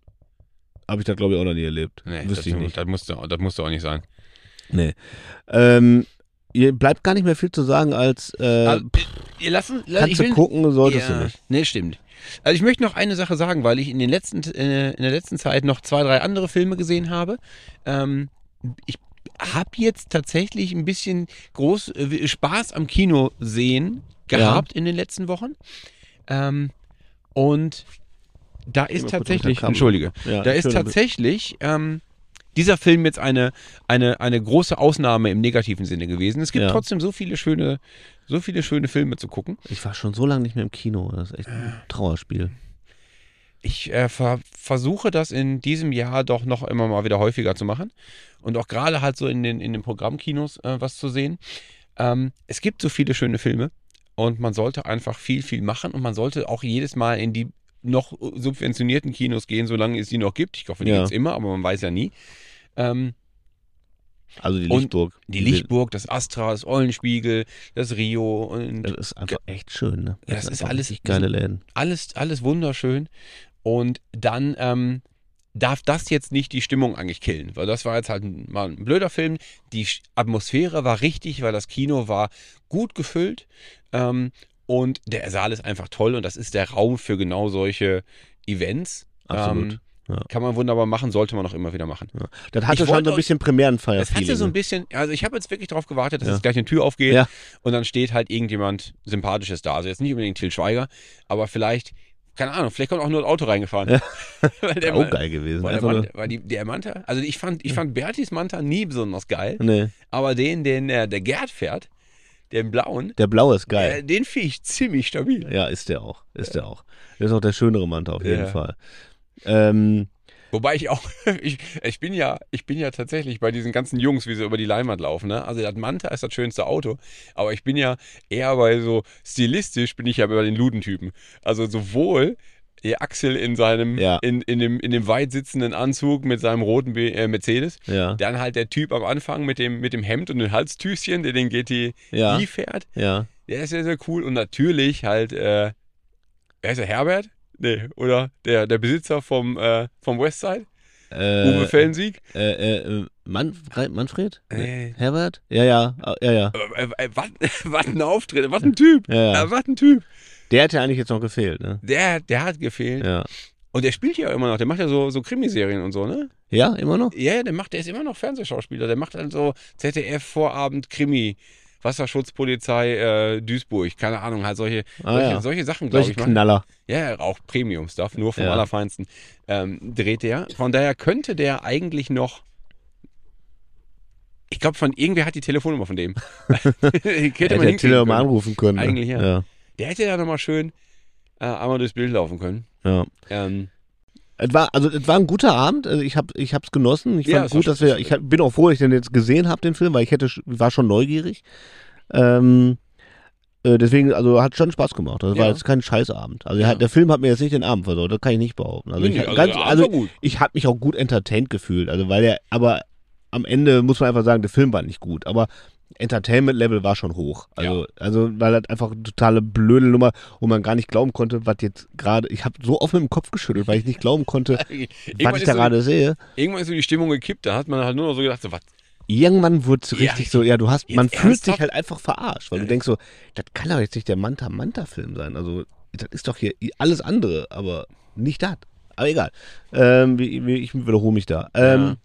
Habe ich das, glaube ich, auch noch nie erlebt. Nee, das, Wüsste ich nicht. Das musste, das musste auch nicht sein. Nee. Ähm, ihr bleibt gar nicht mehr viel zu sagen, als äh, Also, ihr lassen, ich kannst du will- gucken, solltest Ja, du nicht. Nee, stimmt. Also ich möchte noch eine Sache sagen, weil ich in, den letzten, äh, in der letzten Zeit noch zwei, drei andere Filme gesehen habe. Ähm, ich habe jetzt tatsächlich ein bisschen groß äh, Spaß am Kino sehen gehabt in den letzten Wochen. Ähm, und da ist Immer kurz tatsächlich, unter Kamm. entschuldige, Ja, da ist Entschuldigung. tatsächlich ähm, dieser Film jetzt eine, eine, eine große Ausnahme im negativen Sinne gewesen. Es gibt Ja. trotzdem so viele schöne, so viele schöne Filme zu gucken. Ich war schon so lange nicht mehr im Kino. Das ist echt ein Trauerspiel. Ich äh, ver versuche das in diesem Jahr doch noch immer mal wieder häufiger zu machen und auch gerade halt so in den, in den Programmkinos äh, was zu sehen. Ähm, es gibt so viele schöne Filme und man sollte einfach viel, viel machen und man sollte auch jedes Mal in die noch subventionierten Kinos gehen, solange es die noch gibt. Ich hoffe, die Ja. gibt's immer, aber man weiß ja nie. Ähm, Also die Und Lichtburg. die Lichtburg, das Astra, das Eulenspiegel, das Rio und Das ist einfach echt schön, ne? Ja, das sind ist einfach alles- richtig geile Läden. alles, alles wunderschön. Und dann ähm, darf das jetzt nicht die Stimmung eigentlich killen, weil das war jetzt halt ein- mal ein blöder Film. Die Sch- Atmosphäre war richtig, weil das Kino war gut gefüllt ähm, und der Saal ist einfach toll und das ist der Raum für genau solche Events. Ähm, Absolut, ja. Kann man wunderbar machen, sollte man auch immer wieder machen. Das hatte Ich schon wollte so ein euch- bisschen Premierenfeier. Es hatte so ein bisschen, also ich habe jetzt wirklich darauf gewartet, dass Ja. jetzt gleich eine Tür aufgeht Ja. und dann steht halt irgendjemand Sympathisches da. Also jetzt nicht unbedingt Till Schweiger, aber vielleicht, keine Ahnung, vielleicht kommt auch nur ein Auto reingefahren. [LAUGHS] weil der, auch geil gewesen. Weil, der, Einfach nur, Manta, weil die, der Manta, also ich fand, ich fand Bertis Manta nie besonders geil, nee, aber den, den äh, der Gerd fährt, den blauen, der blaue ist äh, geil. den finde ich ziemlich stabil. ja, ist der auch. Ist der auch. Der ist auch der schönere Manta auf jeden Ja. Fall. Ähm, Wobei ich auch, [LAUGHS] ich, ich bin ja, ich bin ja tatsächlich bei diesen ganzen Jungs, wie sie über die Leinwand laufen, ne? Also das Manta ist das schönste Auto, aber ich bin ja eher bei so stilistisch bin ich ja bei den Ludentypen. Also sowohl ihr Axel in seinem, Ja. in, in dem, in dem weit sitzenden Anzug mit seinem roten B, äh, Mercedes, ja, dann halt der Typ am Anfang mit dem, mit dem Hemd und den Halstüschen, der den GTI Ja. fährt, ja. der ist sehr, sehr cool und natürlich halt, äh, wer ist der, Herbert? Nee, oder der, der Besitzer vom, äh, vom Westside? Äh, Uwe Fellensieg? Äh, äh, äh, Manf Manfred? Nee. Herbert? Ja, ja, ah, ja, ja. Äh, äh, äh, was, [LAUGHS] was ein Auftritt, was ein Typ. Ja, ja. Äh, Was ein Typ. Der hat ja eigentlich jetzt noch gefehlt, ne? Der, der hat gefehlt. Ja. Und der spielt ja immer noch. Der macht ja so, so Krimiserien und so, ne? Ja, immer noch? Ja, ja, der macht, der ist immer noch Fernsehschauspieler. Der macht dann so ZDF-Vorabend-Krimi. Wasserschutzpolizei äh, Duisburg, keine Ahnung, halt solche, Ah, solche, ja. solche Sachen, glaube Solche ich. Mal. Knaller. Ja, ja, auch Premium-Stuff, nur vom Ja. Allerfeinsten ähm, dreht der. Von daher könnte der eigentlich noch. Ich glaube, von irgendwer hat die Telefonnummer von dem. [LAUGHS] Hätte Hätte der hinkriegen Tiller mal können. anrufen können. ne? Eigentlich ja. ja. Der hätte ja nochmal schön äh, einmal durchs Bild laufen können. ja. Ähm, Es war, also, es war ein guter Abend. Also ich habe ich hab's genossen. Ich Ja, fand es war gut, dass wir. Ich hab, bin auch froh, dass ich den jetzt gesehen habe, den Film, weil ich hätte, sch- war schon neugierig. Ähm, äh, deswegen, also hat schon Spaß gemacht. Das war Ja. jetzt kein Scheißabend. Also Ja. der, der Film hat mir jetzt nicht den Abend versaut. Das kann ich nicht behaupten. Also, Nee, nee, ich, also ganz, der Abend also war gut. ich habe mich auch gut entertained gefühlt. Also weil er, aber am Ende muss man einfach sagen, der Film war nicht gut. Aber Entertainment-Level war schon hoch. Also, also weil das einfach eine totale blöde Nummer, wo man gar nicht glauben konnte, was jetzt gerade. Ich habe so offen im Kopf geschüttelt, weil ich nicht glauben [LAUGHS] konnte, irgendwann, was ich da ist so, gerade sehe. irgendwann ist so die Stimmung gekippt, da hat man halt nur noch so gedacht, so, was? Irgendwann wurde es richtig so, ja, du hast, jetzt man fühlt sich ernsthaft? Äh. halt einfach verarscht, weil du denkst so, das kann doch jetzt nicht der Manta-Manta-Film sein. Also, das ist doch hier alles andere, aber nicht das. Aber egal. Ähm, wie- wie- ich wiederhole mich da. Ähm,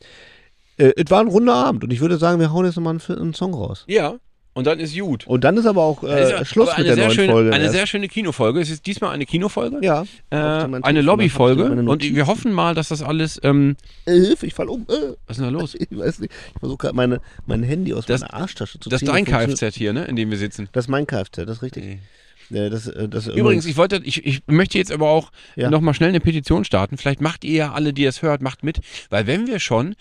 äh, Es war ein runder Abend und ich würde sagen, wir hauen jetzt nochmal einen, Fi- einen Song raus. Ja, und dann ist gut. Und dann ist aber auch Da äh, ist ja- Schluss aber mit der eine sehr neuen schöne, Folge. Eine erst. sehr schöne Kinofolge. Es ist diesmal eine Kinofolge. ja, Äh, eine Lobbyfolge. Und wir hoffen mal, dass das alles. Ähm, Hilfe, ich fall um. Äh, was ist denn da los? [LAUGHS] ich weiß nicht. Ich versuche gerade meine, mein Handy aus Das- meiner Arschtasche zu Das ist ziehen. dein funktioniert- Kfz hier, ne, in dem wir sitzen. Das ist mein Kfz, das ist richtig. Äh, das, äh, das Übrigens, ich wollte, ich, ich möchte jetzt aber auch Ja. nochmal schnell eine Petition starten. Vielleicht macht ihr ja alle, die es hört, macht mit. Weil wenn wir schon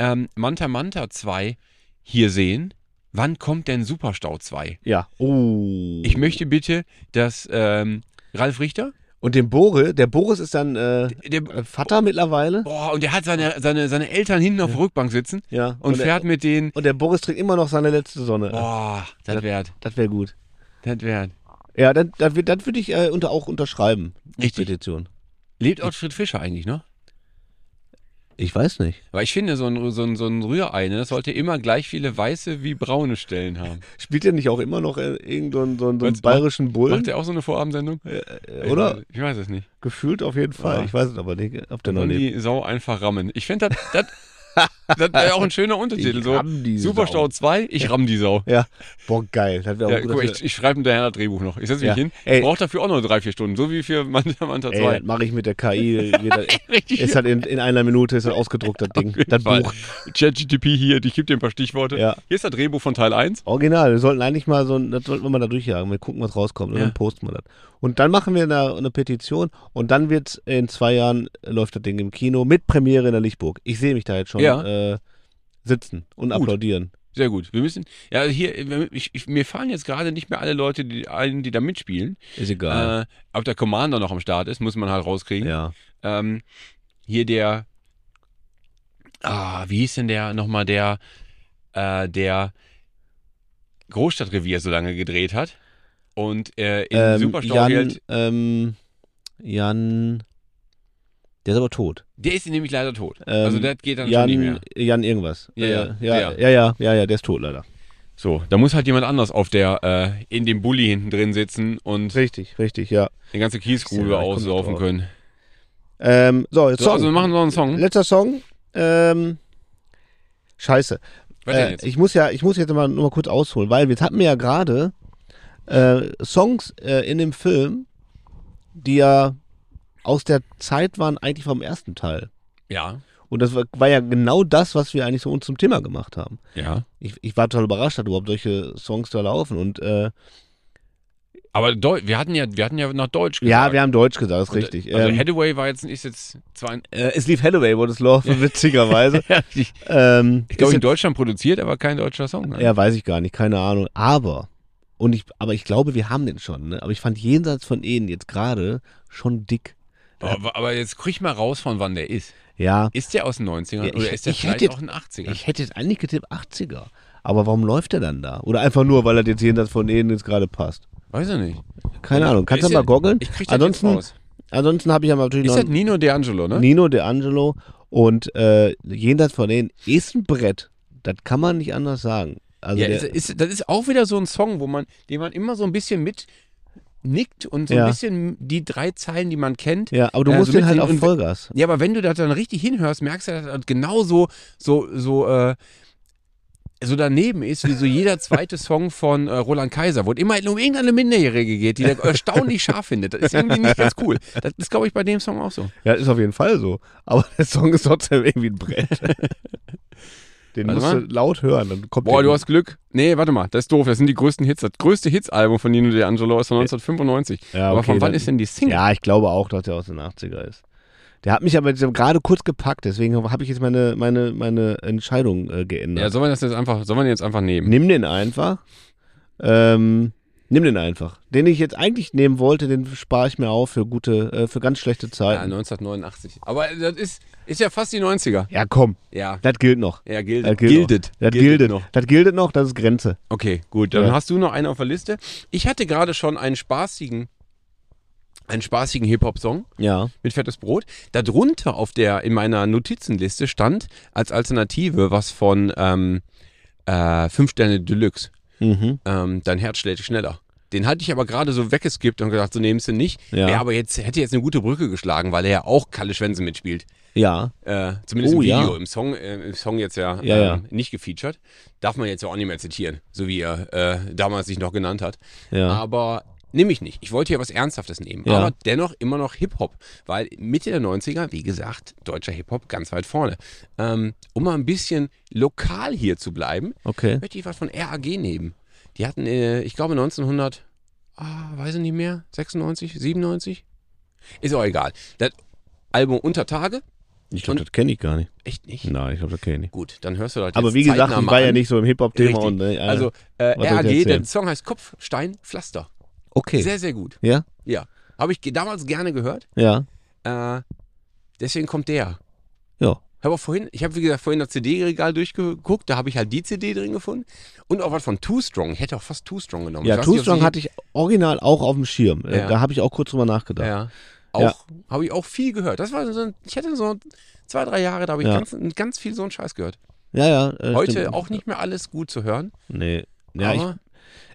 ähm, Manta Manta 2 hier sehen, wann kommt denn Superstau 2? Ja. Oh. Ich möchte bitte, dass ähm, Ralf Richter, und den Boris, der Boris ist dann äh, der, äh, Vater mittlerweile. boah, und der hat seine, seine, seine Eltern hinten auf der Rückbank sitzen Ja. und, der, fährt mit denen, Und der Boris trinkt immer noch seine letzte Sonne. boah, das wert, Das wäre gut. das wert. Ja, dann, dann, wür- dann würde ich äh, unter, auch unterschreiben. die Richtig. Petition. Lebt Ottfried Fischer eigentlich noch? Ich weiß nicht. Aber ich finde, so ein, so ein, so ein Rührei, ne, das sollte immer gleich viele weiße wie braune Stellen haben. Spielt der nicht auch immer noch äh, irgendeinen so, einen- so einen Macht- bayerischen Bullen? Macht der auch so eine Vorabendsendung? Äh, oder? Ich weiß es nicht. Gefühlt auf jeden Fall. Ja. Ich weiß es aber nicht, ob der noch Sollen lebt. die Sau einfach rammen. Ich finde, das, [LAUGHS] das, das wäre auch ein schöner Untertitel. Ich So, ramm die Superstau Sau. 2, ich ramm die Sau. Ja. Boah, geil. Das wäre auch Ja, gut. guck, dass ich, ich schreibe hinterher das Drehbuch noch. Ich setze mich Ja. hin. Ey. Ich brauche dafür auch noch drei, vier Stunden. So wie für Manta Manta wir- Ey, 2. das mache ich mit der [LAUGHS] KI. Wird das- Richtig. ist halt in, in einer Minute ist das ausgedruckt, das Ding. Das Fall. Buch. ChatGTP hier, ich gebe dir ein paar Stichworte. Ja. Hier ist das Drehbuch von Teil 1. Original, wir sollten eigentlich mal so ein, das sollten wir mal da durchjagen. Wir gucken, was rauskommt und Ja. dann posten wir das. Und dann machen wir eine, eine Petition und dann wird in zwei Jahren äh, läuft das Ding im Kino mit Premiere in der Lichtburg. Ich sehe mich da jetzt schon Ja. äh, sitzen und applaudieren. Sehr gut. Wir müssen, ja, hier, ich, ich, mir fallen jetzt gerade nicht mehr alle Leute die, ein, die da mitspielen. Ist egal. Äh, ob der Commander noch am Start ist, muss man halt rauskriegen. Ja. Ähm, hier der, ah, wie hieß denn der nochmal, der, äh, der Großstadtrevier so lange gedreht hat und äh, in Ähm, Superstau Jan, hält. ähm, Jan, der ist aber tot. Der ist nämlich leider tot. Ähm, also das geht dann schon nicht mehr. Jan, Jan irgendwas. Ja, Äh, ja, ja, der. ja, ja, ja, ja, der ist tot leider. So, da muss halt jemand anders auf der, äh, in dem Bulli hinten drin sitzen und Richtig, richtig, ja. den ganzen Ich Kiesgrube seh, ich komm auslaufen drauf. können. Ähm, so, jetzt So, Song. also wir machen noch einen Song. Letzter Song. Ähm, scheiße. Was denn Äh, jetzt? Ich muss ja, ich muss jetzt mal, nur mal kurz ausholen, weil wir hatten ja gerade äh, Songs äh, in dem Film, die ja aus der Zeit waren eigentlich vom ersten Teil. Ja. Und das war, war ja genau das, was wir eigentlich so uns zum Thema gemacht haben. Ja. Ich, ich war total überrascht, dass überhaupt solche Songs da laufen. Und äh, Aber Deu wir hatten ja, wir hatten ja nach Deutsch gesagt. ja, wir haben Deutsch gesagt, das ist richtig. Also Ähm, Hathaway war jetzt, ist jetzt [LAUGHS] zwar ein, äh, es lief Hathaway, wurde es laufen, [LAUGHS] witzigerweise. ich ähm, glaube ist in Deutschland produziert, aber kein deutscher Song. ne? Ja, weiß ich gar nicht, keine Ahnung. Aber, und ich, aber ich glaube, wir haben den schon, ne? Aber ich fand jenseits von Ehen jetzt gerade schon dick. Aber, aber jetzt krieg mal raus, von wann der ist. Ja. Ist der aus den 90ern Ja, ich- oder ist der ich vielleicht hätte- auch ein 80er? Ich hätte jetzt eigentlich getippt 80er. Aber warum läuft der dann da? Oder einfach nur, weil er jetzt jenseits von Ehen jetzt gerade passt. Weiß ich nicht. Keine Ahnung. Kannst du Ist mal ja- goggeln? Ich krieg das jetzt Ansonsten, raus. ansonsten habe ich ja natürlich Ist das noch Nino D'Angelo, ne? Nino D'Angelo und äh, jenseits von Ehen ist ein Brett. Das kann man nicht anders sagen. Also ja, der, ist, ist, das ist auch wieder so ein Song, wo man, den man immer so ein bisschen mit nickt und so Ja. ein bisschen die drei Zeilen, die man kennt. ja aber du äh, musst so den halt mitnehmen. auf Und- Vollgas. Ja, aber wenn du das dann richtig hinhörst, merkst du, dass das genau so, so, so, äh, so daneben ist, wie so jeder [LAUGHS] zweite Song von äh, Roland Kaiser, wo es immer um irgendeine Minderjährige geht, die der erstaunlich scharf findet. Das ist irgendwie nicht ganz cool. Das ist, glaube ich, bei dem Song auch so. Ja, ist auf jeden Fall so. Aber [LAUGHS] der Song ist trotzdem irgendwie ein [LAUGHS] Brett. Den Warte musst du mal. laut hören, dann kommt Boah, der- du hast Glück. Nee, warte mal, das ist doof. Das sind die größten Hits. Das größte Hits-Album von Nino D'Angelo ist von 1995. Ja, aber okay, von wann dann- ist denn die Single? Ja, ich glaube auch, dass der aus den 80er ist. Der hat mich aber jetzt gerade kurz gepackt, deswegen habe ich jetzt meine, meine, meine Entscheidung äh, geändert. Ja, sollen wir das jetzt einfach, sollen wir den jetzt einfach nehmen? nimm den einfach. Ähm, nimm den einfach. Den ich jetzt eigentlich nehmen wollte, den spare ich mir auf für gute, äh, für ganz schlechte Ja, ne. Zeiten. 1989. Aber das ist, ist ja fast die 90er. Ja, komm, Ja. das gilt noch. Ja, Das gilt. gilt, noch. Das gildet noch. Das gildet noch, das ist Grenze. Okay, gut. Dann Ja. hast du noch einen auf der Liste. Ich hatte gerade schon einen spaßigen, einen spaßigen Hip-Hop-Song Ja. mit fettes Brot. Darunter auf der, in meiner Notizenliste stand als Alternative was von ähm, äh, Fünf Sterne Deluxe. Mhm. Ähm, dein Herz schlägt schneller. Den hatte ich aber gerade so weggeskippt und gedacht, so nehmst du nicht. Ja. Wäre aber jetzt, hätte jetzt eine gute Brücke geschlagen, weil er ja auch Kalle Schwänze mitspielt. Ja. Äh, zumindest Oh, im Video, ja. im Song, äh, im Song jetzt ja, Ja, ähm, ja. nicht gefeatured. Darf man jetzt ja auch nicht mehr zitieren, so wie er äh, damals sich noch genannt hat. Ja. Aber nehme ich nicht. Ich wollte ja was Ernsthaftes nehmen. Ja. Aber dennoch immer noch Hip-Hop, weil Mitte der 90er, wie gesagt, deutscher Hip-Hop ganz weit vorne. Ähm, um mal ein bisschen lokal hier zu bleiben, Okay. möchte ich was von RAG nehmen. Die hatten, äh, ich glaube, 1900, ah, weiß ich nicht mehr, 96, 97? Ist auch egal. Das Album Unter Tage, Ich glaub, glaube, das kenne ich gar nicht. echt nicht. Nein, ich glaube, das kenne ich nicht. Gut, dann hörst du das Aber jetzt wie gesagt, zeitnah ich mal war ja an. nicht so im Hip-Hop-Thema Richtig. und äh, Also äh, was soll ich RAG, der erzählen? Song heißt Kopfstein Pflaster. okay. Sehr, sehr gut. ja, Ja, habe ich ge- damals gerne gehört. ja, Äh, deswegen kommt der. ja. Habe auch vorhin, ich habe wie gesagt vorhin das CD-Regal durchgeguckt, da habe ich halt die CD drin gefunden und auch was von Too Strong. Ich hätte auch fast Too Strong genommen. Ja, Ich weiß nicht, Too ob Strong sie- hatte ich original auch auf dem Schirm. Äh, Ja. Da habe ich auch kurz drüber nachgedacht. Ja. Auch habe ich auch viel gehört. Das war so ein, ich hatte so zwei, drei Jahre, da habe ich Ja. ganz, ganz viel so einen Scheiß gehört. Ja, ja. Äh, Heute stimmt. auch nicht mehr alles gut zu hören. Nee. Ja, ich, aber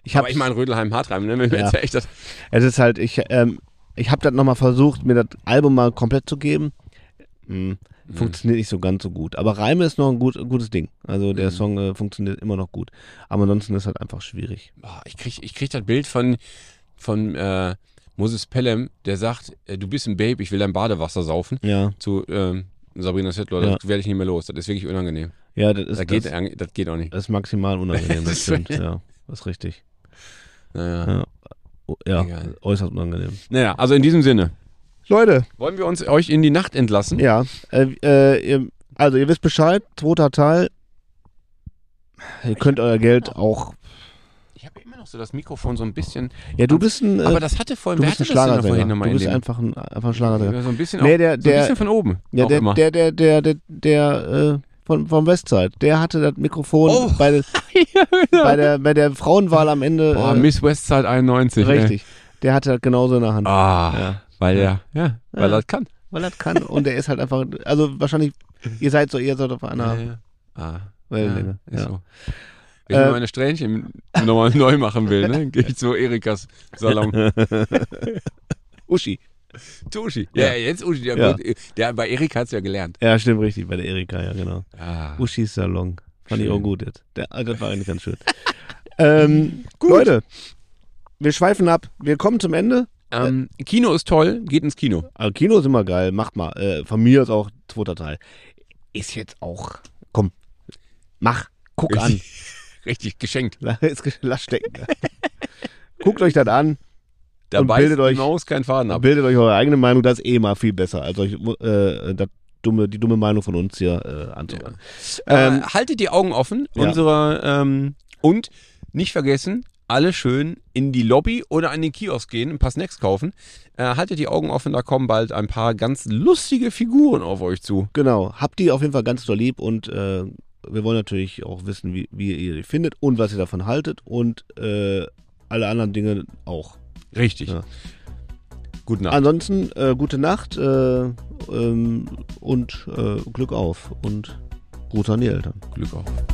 ich habe aber ich meine, Rödelheim Hartheim, ne? Wenn wir Ja. jetzt echt das, Es ist halt, ich, ähm, ich habe das nochmal versucht, mir das Album mal komplett zu geben. Hm, Mhm. Funktioniert nicht so ganz so gut. Aber Reime ist noch ein gut, gutes Ding. Also der Mhm. Song äh, funktioniert immer noch gut. Aber ansonsten ist halt einfach schwierig. boah, Ah, ich krieg, ich krieg das Bild von, von äh, Moses Pelham, der sagt, äh, du bist ein Babe, ich will dein Badewasser saufen. Ja, Zu ähm, Sabrina Settler, das werde ich nicht mehr los. Das ist wirklich unangenehm. ja, das ist, Das, geht, das, eigentlich- das geht auch nicht. das ist maximal unangenehm. Das [LAUGHS] Das ist stimmt. Ja, das ist richtig. Naja. Ja, Oh, ja Egal. äußerst unangenehm. naja, also in diesem Sinne. Leute, Wollen wir uns euch in die Nacht entlassen? ja. Äh, äh, ihr, also ihr wisst Bescheid, zweiter Teil. Ihr könnt euer Geld auch. Ich habe immer noch so das Mikrofon so ein bisschen. Ja, du bist ein. Äh, aber das hatte vorhin, du wer bist hatte ein das denn noch vorhin Schlagersänger. nochmal Du in bist dem? einfach ein, einfach ein Schlagersänger. Ja, So ein bisschen, Nee, auch, der- so ein der- bisschen von oben. Ja, auch der, [LAUGHS] immer. der, der, der, der, der, äh, von, vom Westside, der hatte das Mikrofon Oh. bei, der- bei, der, bei der Frauenwahl am Ende. Boah, äh, Miss Westside 91. Ne? richtig. Der hatte das genauso in der Hand. Ah, Ja. weil er, ja, weil Ja. er kann. Weil er das kann und der ist halt einfach, also wahrscheinlich, ihr seid so, ihr seid auf einer Ja, ja. Ah, Wellenlänge. ja, ne? Ja. ist so. Wenn ich Äh, meine Strähnchen nochmal [LAUGHS] neu machen will, [LAUGHS] ne, gehe ich zu Erikas Salon. Uschi. zu Uschi. Ja, jetzt Uschi. Der, Ja. wird- der, bei Erika hat's ja gelernt. Ja, stimmt, richtig, bei der Erika, ja, genau. Ah. Uschis Salon. Fand ich Schön. auch gut jetzt. Der, ah, das war eigentlich ganz [LAUGHS] schön. ähm, Leute, wir schweifen ab. Wir kommen zum Ende. Ähm, Kino ist toll, geht ins Kino. Also Kino ist immer geil, macht mal. Äh, von mir ist auch zweiter Teil. Ist jetzt auch. Komm, mach, guck an. [LAUGHS] [LAUGHS] Richtig geschenkt. La- ist ge- Lass [LAUGHS] stecken. Guckt euch das an, Da Und beißt bildet die euch- Maus keinen Faden ab. bildet euch eure eigene Meinung, das ist eh mal viel besser, als euch äh, das dumme, die dumme Meinung von uns hier äh, anzuhören. Äh, Ähm, haltet die Augen offen, Ja. unsere ähm, und nicht vergessen, alle schön in die Lobby oder an den Kiosk gehen, ein paar Snacks kaufen. Äh, haltet die Augen offen, da kommen bald ein paar ganz lustige Figuren auf euch zu. Genau, habt die auf jeden Fall ganz doll lieb und äh, wir wollen natürlich auch wissen, wie, wie ihr die findet und was ihr davon haltet und äh, alle anderen Dinge auch. Richtig. Ja. Gute Nacht. Ansonsten äh, gute Nacht äh, ähm, und äh, Glück auf und guter Nil dann. Glück auf.